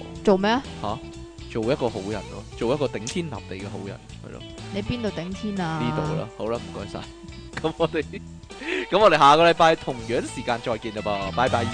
A: 做一個好人咯，做一個頂天立地嘅好人，係咯。
B: 做咩啊？你邊度頂天啊？
A: 呢度啦，好啦，唔該晒。咁我哋-咁我哋下個禮拜同樣時間再見啦噃，拜拜。